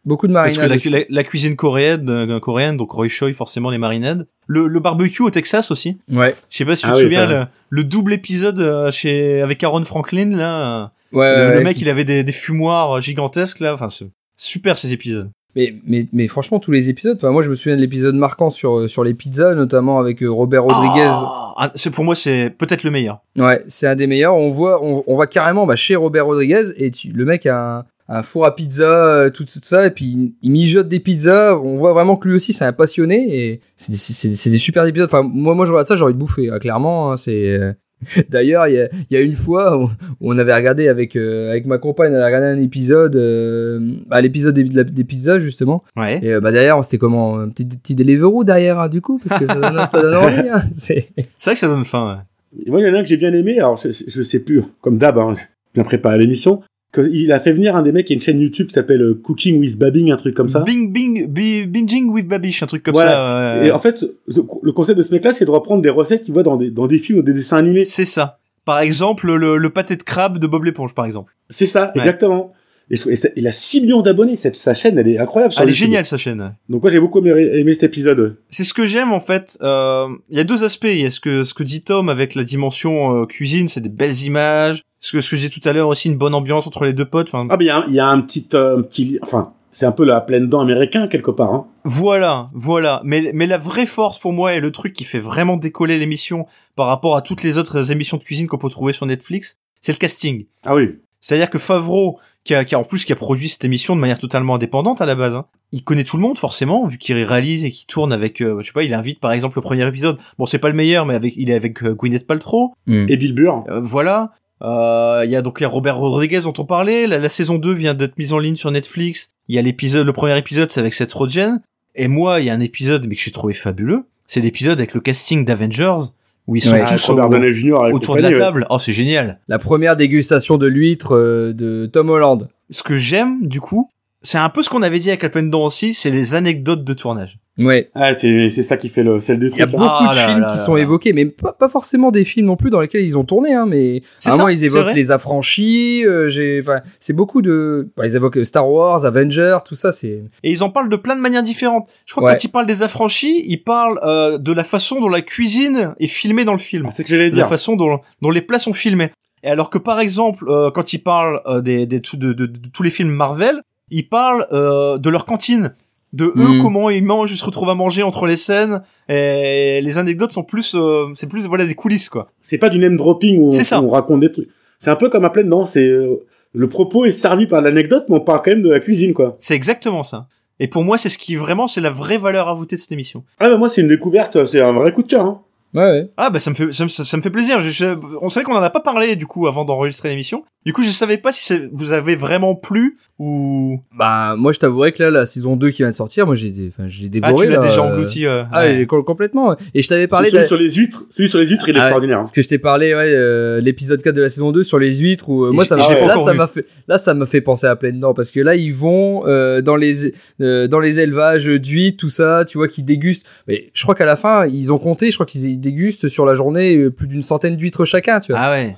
Beaucoup de Parce que marinades. la, aussi. la- la cuisine coréenne, euh, coréenne, donc Roy Choi, forcément, les marinades. Le, le barbecue au Texas aussi. Ouais, Je sais pas si tu Ah te oui, souviens, ça le, le double épisode euh, chez, avec Aaron Franklin, là. euh, ouais, Le, ouais, le ouais. mec, il avait des, des fumoirs gigantesques là. Enfin, c'est super ces épisodes. Mais, mais, mais franchement, tous les épisodes. Enfin, moi, je me souviens de l'épisode marquant sur, euh, sur les pizzas, notamment avec euh, Robert Rodriguez. Oh Ah, c'est pour moi, c'est peut-être le meilleur. Ouais, c'est un des meilleurs. On voit, on, on va carrément bah, chez Robert Rodriguez et tu- le mec a un, un four à pizza, euh, tout, tout ça, et puis il, il mijote des pizzas. On voit vraiment que lui aussi, c'est un passionné et c'est des, c'est- c'est des super épisodes. Enfin, moi, moi, je regarde ça, j'ai envie de bouffer. hein, clairement, hein, c'est. euh, D'ailleurs, il y, a- il y a une fois où où on avait regardé avec, euh, avec ma compagne, on avait regardé un épisode, euh, bah, l'épisode des, de la- des pizzas justement. Ouais. Et euh, bah, derrière, on s'était comment Un petit, petit Deliveroo derrière, hein, du coup, parce que ça donne, ça donne envie. hein, c'est- C'est vrai que ça donne faim. ouais. Et moi, il y en a un que j'ai bien aimé, alors je, je sais plus, comme d'hab, hein, j'ai bien préparé l'émission, qu'il a fait venir un des mecs qui a une chaîne YouTube qui s'appelle euh, Cooking with Babbing, un truc comme ça. Bing, bing, bi- binging with Babish, un truc comme Voilà. ça. ouais. Et en fait, ce- le concept de ce mec-là, c'est de reprendre des recettes qu'il voit dans des, dans des films ou des dessins animés. C'est ça. Par exemple, le, le pâté de crabe de Bob l'éponge, par exemple. C'est ça, Ouais. exactement. Et je trouve- et ça- il a 6 millions d'abonnés, cette- sa chaîne, elle est incroyable. sur Elle est YouTube. géniale sa chaîne. Donc moi, j'ai beaucoup aimé, aimé cet épisode. C'est ce que j'aime en fait. Euh, Il y a deux aspects. Il y a ce que ce que dit Tom avec la dimension euh, cuisine, c'est des belles images. Ce que ce que j'ai dit tout à l'heure aussi, une bonne ambiance entre les deux potes. Enfin, Ah, mais il y a, un- il y a un petit... euh, un petit enfin, c'est un peu la pleine dent américain, quelque part. Hein. Voilà, voilà. Mais, mais la vraie force pour moi et le truc qui fait vraiment décoller l'émission par rapport à toutes les autres émissions de cuisine qu'on peut trouver sur Netflix, c'est le casting. Ah oui. C'est-à-dire que Favreau, qui a, qui a en plus qui a produit cette émission de manière totalement indépendante à la base, hein, il connaît tout le monde forcément, vu qu'il réalise et qu'il tourne avec, euh, je sais pas, il invite par exemple le premier épisode. Bon, c'est pas le meilleur, mais avec, il est avec euh, Gwyneth Paltrow. Et Bill Burr. Euh, voilà. Euh, Il y a donc il y a Robert Rodriguez dont on parlait. La, la saison 2 vient d'être mise en ligne sur Netflix. Il y a l'épisode, le premier épisode, c'est avec Seth Rogen. Et moi, il y a un épisode, mais que j'ai trouvé fabuleux. C'est l'épisode avec le casting d'Avengers où ils sont Ouais, tous Robert au- Downey Jr. avec autour de la compagnie, ouais. table. Oh, c'est génial. La première dégustation de l'huître euh, de Tom Holland. ce que j'aime du coup, c'est un peu ce qu'on avait dit avec Alpen Dawn aussi, c'est les anecdotes de tournage. Ouais. Ah, c'est c'est ça qui fait le celle des Il y a trucs. beaucoup Ah de là films là qui là sont là. évoqués, mais pas, pas forcément des films non plus dans lesquels ils ont tourné, hein, mais C'est à un ça, moment ils c'est évoquent vrai. les affranchis, euh, j'ai, enfin, c'est beaucoup de, bah, ils évoquent Star Wars, Avengers, tout ça, c'est, Et ils en parlent de plein de manières différentes. Je crois Ouais. que quand ils parlent des affranchis, ils parlent euh, de la façon dont la cuisine est filmée dans le film, Ah, c'est ce que j'allais de la dire. façon dont, dont les plats sont filmés. Et alors que par exemple, euh, quand ils parlent euh, des, des- tout- de, de- de tous les films Marvel, ils parlent euh, de leur cantine, de eux Mm. comment ils mangent, ils se retrouvent à manger entre les scènes. Et les anecdotes sont plus, euh, c'est plus voilà des coulisses quoi. C'est pas du name dropping où on, C'est ça. où on raconte des trucs. C'est un peu comme à pleine dent. C'est euh, le propos est servi par l'anecdote, mais on parle quand même de la cuisine, quoi. C'est exactement ça. Et pour moi, c'est ce qui vraiment, c'est la vraie valeur ajoutée de cette émission. Ah, bah moi, c'est une découverte. C'est un vrai coup de cœur. Hein. ouais, ouais. Ah bah ça me fait, ça, me- ça- ça me fait plaisir. Je- je- on savait qu'on en a pas parlé du coup avant d'enregistrer l'émission. Du coup, je savais pas si c'est- vous avez vraiment plu ou Bah, moi je t'avouerai que là, la saison 2 qui vient de sortir, moi j'ai, dé- enfin, j'ai dévoré. ah tu l'as là, déjà euh, englouti. euh, Ah, ouais. j'ai com- complètement. Et je t'avais parlé celui de... sur les huîtres. Celui sur les huîtres, il est Ah, extraordinaire. hein. Parce que je t'ai parlé, ouais, euh, l'épisode 4 de la saison 2 sur les huîtres, où euh, Et moi, je- ça et m'a je l'ai pas là, encore ça vu. m'a fait, là, ça m'a fait penser à pleine dent, parce que là, ils vont euh, dans les euh, dans les élevages d'huîtres, tout ça, tu vois, qui dégustent. Mais je crois qu'à la fin, ils ont compté, je crois qu'ils dégustent sur la journée euh, plus d'une centaine d'huîtres chacun, tu vois. Ah ouais.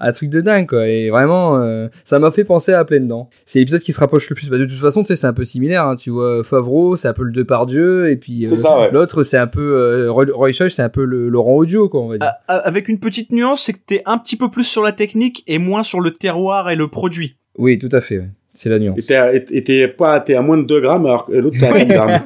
Un truc de dingue, quoi. Et vraiment, euh, ça m'a fait penser à pleine dent. C'est l'épisode qui se rapproche le plus. Bah, de toute façon, tu sais, c'est un peu similaire, hein, tu vois. Favreau, c'est un peu le Depardieu, et puis C'est euh, ça, ouais. l'autre, c'est un peu euh, Roy, Roy Scheidt, c'est un peu le Laurent Audio, quoi, on va dire. Ah, ah, avec une petite nuance, c'est que t'es un petit peu plus sur la technique et moins sur le terroir et le produit. Oui, tout à fait. ouais. C'est la nuance. Et t'es à- et- et t'es pas, t'es à moins de 2 grammes, alors que l'autre, t'es à 10 grammes.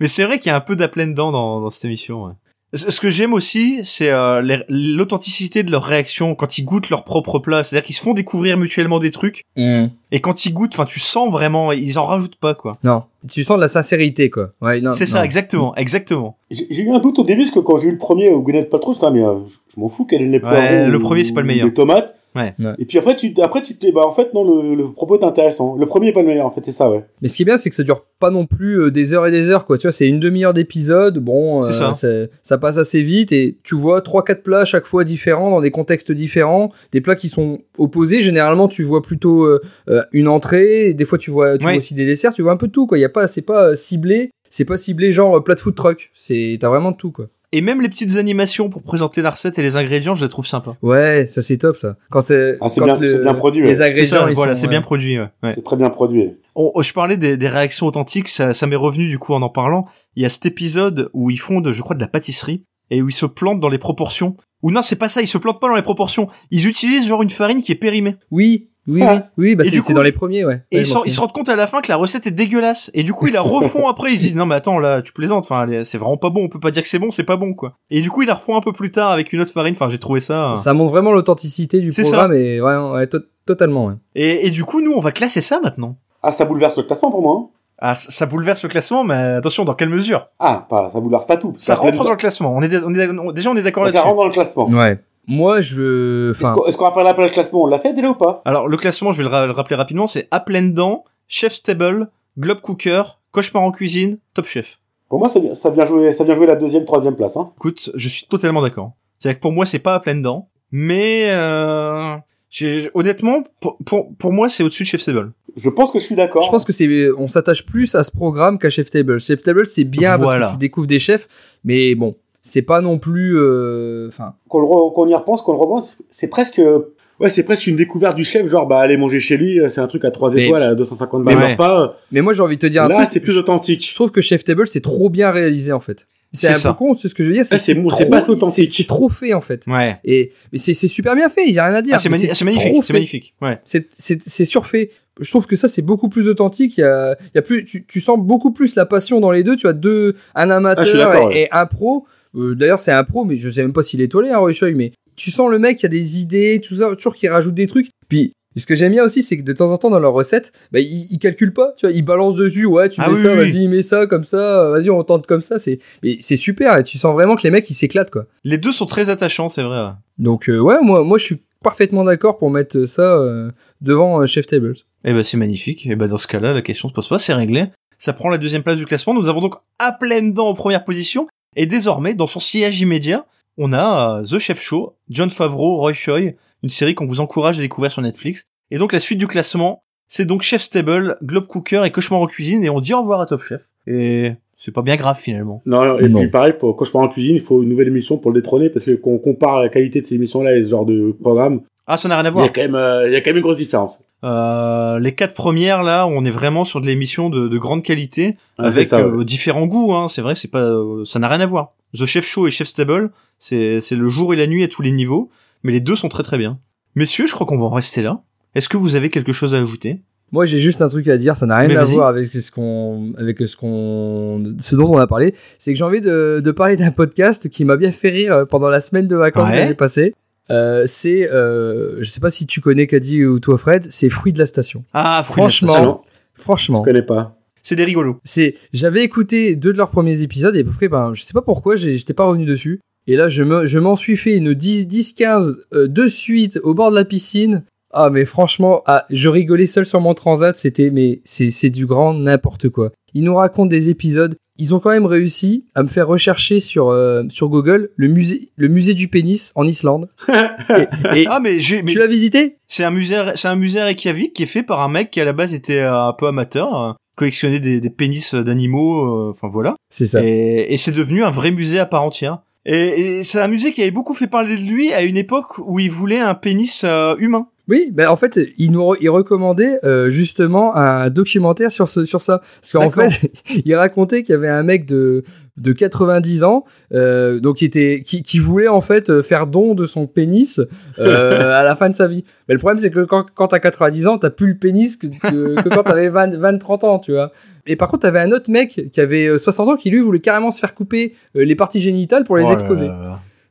Mais c'est vrai qu'il y a un peu d'appel dedans dans, dans cette émission. ouais. Ce ce que j'aime aussi, c'est euh, les- l'authenticité de leur réaction quand ils goûtent leur propre plat. C'est-à-dire qu'ils se font découvrir mutuellement des trucs. Mm. Et quand ils goûtent, enfin, tu sens vraiment, ils en rajoutent pas, quoi. Non, tu sens de la sincérité, quoi. Ouais, non, C'est ça, Ah, non. exactement, exactement. J'ai j'ai eu un doute au début, parce que quand j'ai eu le premier au Gwyneth Paltrow, j'étais, ah, mais euh, je je m'en fous quel est les poireaux Ouais, le ou- premier, c'est pas le ou meilleur. Les tomates. Ouais. Ouais. Et puis après, tu, après, tu te dis, bah, en fait, non, le, le propos est intéressant. Le premier est pas le meilleur, en fait, c'est ça, ouais. Mais ce qui est bien, c'est que ça dure pas non plus euh, des heures et des heures, quoi. Tu vois, c'est une demi-heure d'épisode. Bon, euh, C'est ça. ça passe assez vite et tu vois trois, quatre plats à chaque fois différents dans des contextes différents, des plats qui sont opposés. Généralement, tu vois plutôt euh, euh, une entrée. et Des fois, tu vois, tu Ouais. vois aussi des desserts. Tu vois un peu de tout, quoi. Il y a pas, c'est pas euh, ciblé. C'est pas ciblé genre euh, plat de food truck. C'est t'as vraiment de tout, quoi. Et même les petites animations pour présenter la recette et les ingrédients, je les trouve sympas. Ouais, ça c'est top, ça. Quand c'est Ah, c'est quand bien- c'est bien produit, Les ouais. C'est ingrédients, ça, ils voilà, sont, c'est ouais. bien produit, ouais. ouais. C'est très bien produit. On- oh, je parlais des, des réactions authentiques, ça, ça m'est revenu du coup en en parlant. Il y a cet épisode où ils font, de, je crois, de la pâtisserie et où ils se plantent dans les proportions. Ou non, c'est pas ça, ils se plantent pas dans les proportions. Ils utilisent genre une farine qui est périmée. Oui, oui, oui, Ah. oui, bah Et c'est du c'est coup, dans les premiers, ouais. Et Ouais, ils, je s'en- m'en ils se souviens. rendent compte à la fin que la recette est dégueulasse. Et du coup, ils la refont après. Ils se disent non mais attends là, tu plaisantes. Enfin, elle est- c'est vraiment pas bon. On peut pas dire que c'est bon, c'est pas bon quoi. Et du coup, ils la refont un peu plus tard avec une autre farine. Enfin, j'ai trouvé ça. hein. Ça montre vraiment l'authenticité du Ah. C'est programme et vraiment, ouais, to- totalement. ouais. Et, et du coup, nous, on va classer ça maintenant. Ah, ça bouleverse le classement pour moi, hein. Ah, ça ça bouleverse le classement, mais attention, dans quelle mesure Ah, pas, ça bouleverse pas tout. Ça Parce que rentre dans le classement. On est, on est- on- déjà, on est d'accord Bah, ça là-dessus. rentre dans le classement. Ouais. Moi, je veux. Est-ce Enfin, qu'on- est-ce qu'on rappelle l'appel le classement On l'a fait déjà ou pas Alors, le classement, je vais le, ra- le rappeler rapidement, c'est à pleines dents, chef stable, globe cooker, cauchemar en cuisine, top chef. Pour moi, ça, ça vient jouer, ça vient jouer la deuxième, troisième place. Hein. Écoute, je suis totalement d'accord. C'est-à-dire que pour moi, c'est pas à pleines dents, mais euh, j'ai- honnêtement, pour, pour, pour moi, c'est au-dessus de chef stable. Je pense que je suis d'accord. je pense que c'est. On s'attache plus à ce programme qu'à Chef Table. Chef Table, c'est bien Voilà. parce que tu découvres des chefs, mais bon, c'est pas non plus. euh, Enfin, qu'on le re- qu'on y repense, qu'on le repense, c'est presque. euh, Ouais, c'est presque une découverte du chef, genre, bah, aller manger chez lui, euh, c'est un truc à 3 Mais- étoiles, à 250 balles Mais par ouais. pas. mais moi, j'ai envie de te dire un Là, truc. c'est plus je, je authentique. trouve que Chef Table, c'est trop bien réalisé en fait. C'est C'est un ça. peu con, c'est ce que je veux dire. Ah, c'est bon, c'est trop- pas authentique. c'est- C'est trop fait en fait. Ouais. Et mais c'est c'est super bien fait. Il y a rien à dire. Ah, c'est Ah, mais mani- c'est trop magnifique, c'est fait. magnifique. Ouais. C'est- C'est c'est surfait. Je trouve que ça c'est beaucoup plus authentique. Il y a, il y a plus, tu, tu sens beaucoup plus la passion dans les deux. Tu as deux, un Ah, je suis amateur d'accord, et, ouais. et un pro. Euh, D'ailleurs c'est un pro, mais je sais même pas s'il est tolé, hein, Roy Choi, Mais tu sens le mec, il y a des idées, tout ça, toujours qui rajoute des trucs. Puis Et ce que j'aime bien aussi, c'est que de temps en temps dans leurs recettes, bah, ils, ils calculent pas, tu vois, ils balancent dessus, ouais, tu Ah mets oui, ça, oui, vas-y, mets ça, comme ça, vas-y, on tente comme ça, c'est, mais c'est super, et tu sens vraiment que les mecs, ils s'éclatent, quoi. Les deux sont très attachants, c'est vrai. ouais. Donc, euh, ouais, moi, moi, je suis parfaitement d'accord pour mettre ça euh, devant euh, Chef Tables. Eh ben c'est magnifique. Eh ben dans ce cas-là, la question se pose pas, c'est réglé. Ça prend la deuxième place du classement. Nous avons donc à pleines dents en première position. Et désormais, dans son sillage immédiat, on a euh, The Chef Show, John Favreau, Roy Choi, une série qu'on vous encourage à découvrir sur Netflix. Et donc la suite du classement, c'est donc Chef Stable, Globe Cooker et Cauchemar en cuisine. Et on dit au revoir à Top Chef. Et c'est pas bien grave finalement. Non, non, et Non. puis pareil, pour, quand je parle en cuisine, il faut une nouvelle émission pour le détrôner, parce que quand on compare la qualité de ces émissions-là et ce genre de programme, Ah, ça n'a rien à il y, voir. a quand même, euh, il y a quand même une grosse différence. Euh, les quatre premières là, on est vraiment sur de l'émission de, de grande qualité Ah, c'est avec ça, euh, ouais. différents goûts. Hein. C'est vrai, c'est pas, euh, ça n'a rien à voir. The Chef Show et Chef Stable, c'est c'est le jour et la nuit à tous les niveaux, mais les deux sont très très bien. Messieurs, je crois qu'on va en rester là. Est-ce que vous avez quelque chose à ajouter Moi, j'ai juste un truc à dire, ça n'a rien Mais à vas-y. voir avec ce qu'on, avec ce qu'on, ce dont on a parlé. C'est que j'ai envie de, de parler d'un podcast qui m'a bien fait rire euh, pendant la semaine de vacances Ouais. que j'ai passée. Euh, c'est, euh, je sais pas si tu connais Caddy ou toi Fred, c'est Fruit de la Station. Ah, Fruit de la Franchement. Ah Station. non, Franchement, je connais pas. c'est des rigolos. c'est, j'avais écouté deux de leurs premiers épisodes et à peu près, ben, je sais pas pourquoi, j'ai- j'étais pas revenu dessus. Et là, je me, je m'en suis fait une 10, 10, 15 euh, de suite au bord de la piscine. Ah, mais franchement, ah, je rigolais seul sur mon transat, c'était, mais c'est, c'est du grand n'importe quoi. Ils nous racontent des épisodes. Ils ont quand même réussi à me faire rechercher sur, euh, sur Google le musée, le musée du pénis en Islande. Et- et- Ah, mais, j'ai- mais tu l'as visité? c'est un musée, c'est un musée à Reykjavik qui est fait par un mec qui à la base était euh, un peu amateur, euh, collectionnait des, des pénis d'animaux. euh, Enfin voilà. C'est ça. Et, et c'est devenu un vrai musée à part entière. Et, et c'est un musée qui avait beaucoup fait parler de lui à une époque où il voulait un pénis euh, humain. Oui, ben en fait, il nous re- il recommandait euh, justement un documentaire sur ce sur ça parce qu'en D'accord. fait, il racontait qu'il y avait un mec de de 90 ans euh, donc qui était qui, qui voulait en fait euh, faire don de son pénis euh, à la fin de sa vie. Mais le problème c'est que quand quand t'as 90 ans, t'as plus le pénis que, que, que quand t'avais 20 20 30 ans, tu vois. Et par contre, t'avais un autre mec qui avait euh, 60 ans qui lui voulait carrément se faire couper euh, les parties génitales Oh pour les exposer.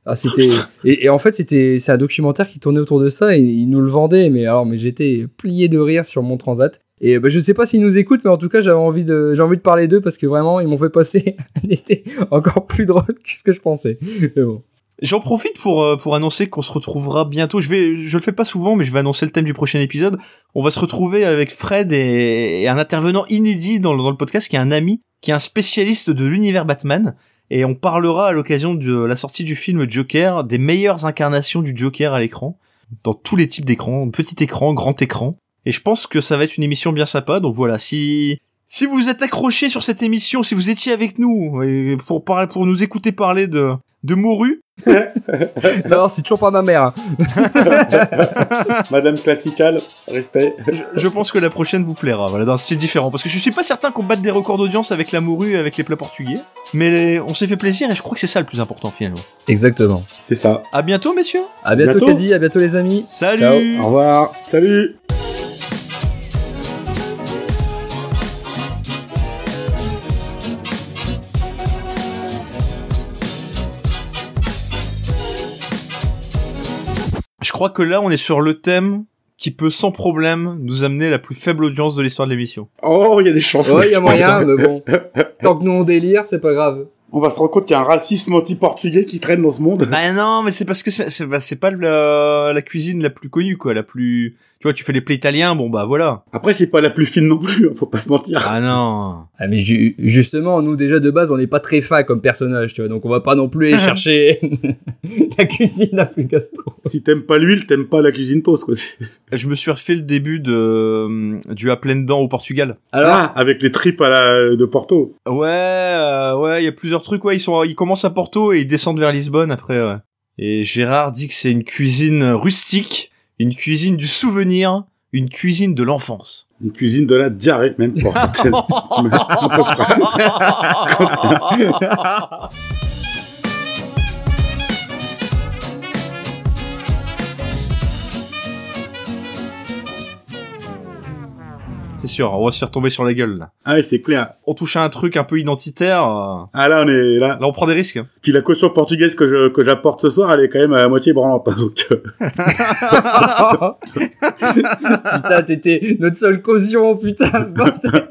Ah, c'était et, et en fait c'était c'est un documentaire qui tournait autour de ça et ils nous le vendaient mais alors mais j'étais plié de rire sur mon transat et bah, je sais pas s'ils nous écoutent mais en tout cas j'avais envie de j'ai envie de parler d'eux parce que vraiment ils m'ont fait passer un été encore plus drôle que ce que je pensais. Mais bon. J'en profite pour euh, pour annoncer qu'on se retrouvera bientôt. Je vais, je le fais pas souvent, mais je vais annoncer le thème du prochain épisode. On va se retrouver avec Fred et, et un intervenant inédit dans le, dans le podcast qui est un ami, qui est un spécialiste de l'univers Batman. Et on parlera à l'occasion de la sortie du film Joker des meilleures incarnations du Joker à l'écran, dans tous les types d'écrans, petit écran, grand écran. Et je pense que ça va être une émission bien sympa. Donc voilà, si si vous êtes accrochés sur cette émission, si vous étiez avec nous et pour par- pour nous écouter parler de de Moru, Non, c'est toujours pas ma mère. hein. Madame Classical, respect. je, je pense que la prochaine vous plaira. Voilà, dans un style différent. Parce que je suis pas certain qu'on batte des records d'audience avec la morue et avec les plats portugais. Mais on s'est fait plaisir et je crois que c'est ça le plus important finalement. Exactement. C'est ça. À bientôt, messieurs. À bientôt, Bientôt. Caddy, à bientôt les amis. Salut. Ciao, au revoir. Salut Je crois que là, on est sur le thème qui peut sans problème nous amener la plus faible audience de l'histoire de l'émission. Oh, il y a des chances. Ouais, il y je a pense, moyen hein. mais bon. Tant que nous on délire, c'est pas grave. On va se rendre compte qu'il y a un racisme anti-portugais qui traîne dans ce monde. Bah non, mais c'est parce que c'est c'est- bah, c'est pas la, la cuisine la plus connue, quoi, la plus... Tu vois, tu fais les plats italiens, bon bah voilà. Après, c'est pas la plus fine non plus, hein, faut pas se mentir. Ah non. Ah mais ju- justement, nous déjà de base, on n'est pas très fin comme personnage, tu vois, donc on va pas non plus aller chercher la cuisine la plus gastro. Si t'aimes pas l'huile, t'aimes pas la cuisine toast, quoi. C'est- Je me suis refait le début de du à pleines dents au Portugal. Alors, Ah, avec les tripes à la... de Porto. Ouais, euh, ouais, il y a plusieurs trucs. Ouais, ils sont, ils commencent à Porto et ils descendent vers Lisbonne après. ouais. Et Gérard dit que c'est une cuisine rustique, une cuisine du souvenir, une cuisine de l'enfance. Une cuisine de la diarrhée, même pour certaines. Un peu frais. c'est sûr. On va se faire tomber sur la gueule, là. Ah ouais, c'est clair. On touche à un truc un peu identitaire. euh, Ah là, on est là. Là, on prend des risques. hein. Puis la caution portugaise que je, que j'apporte ce soir, elle est quand même à moitié branlante. hein, Donc, euh, putain, t'étais notre seule caution, putain, le bordel.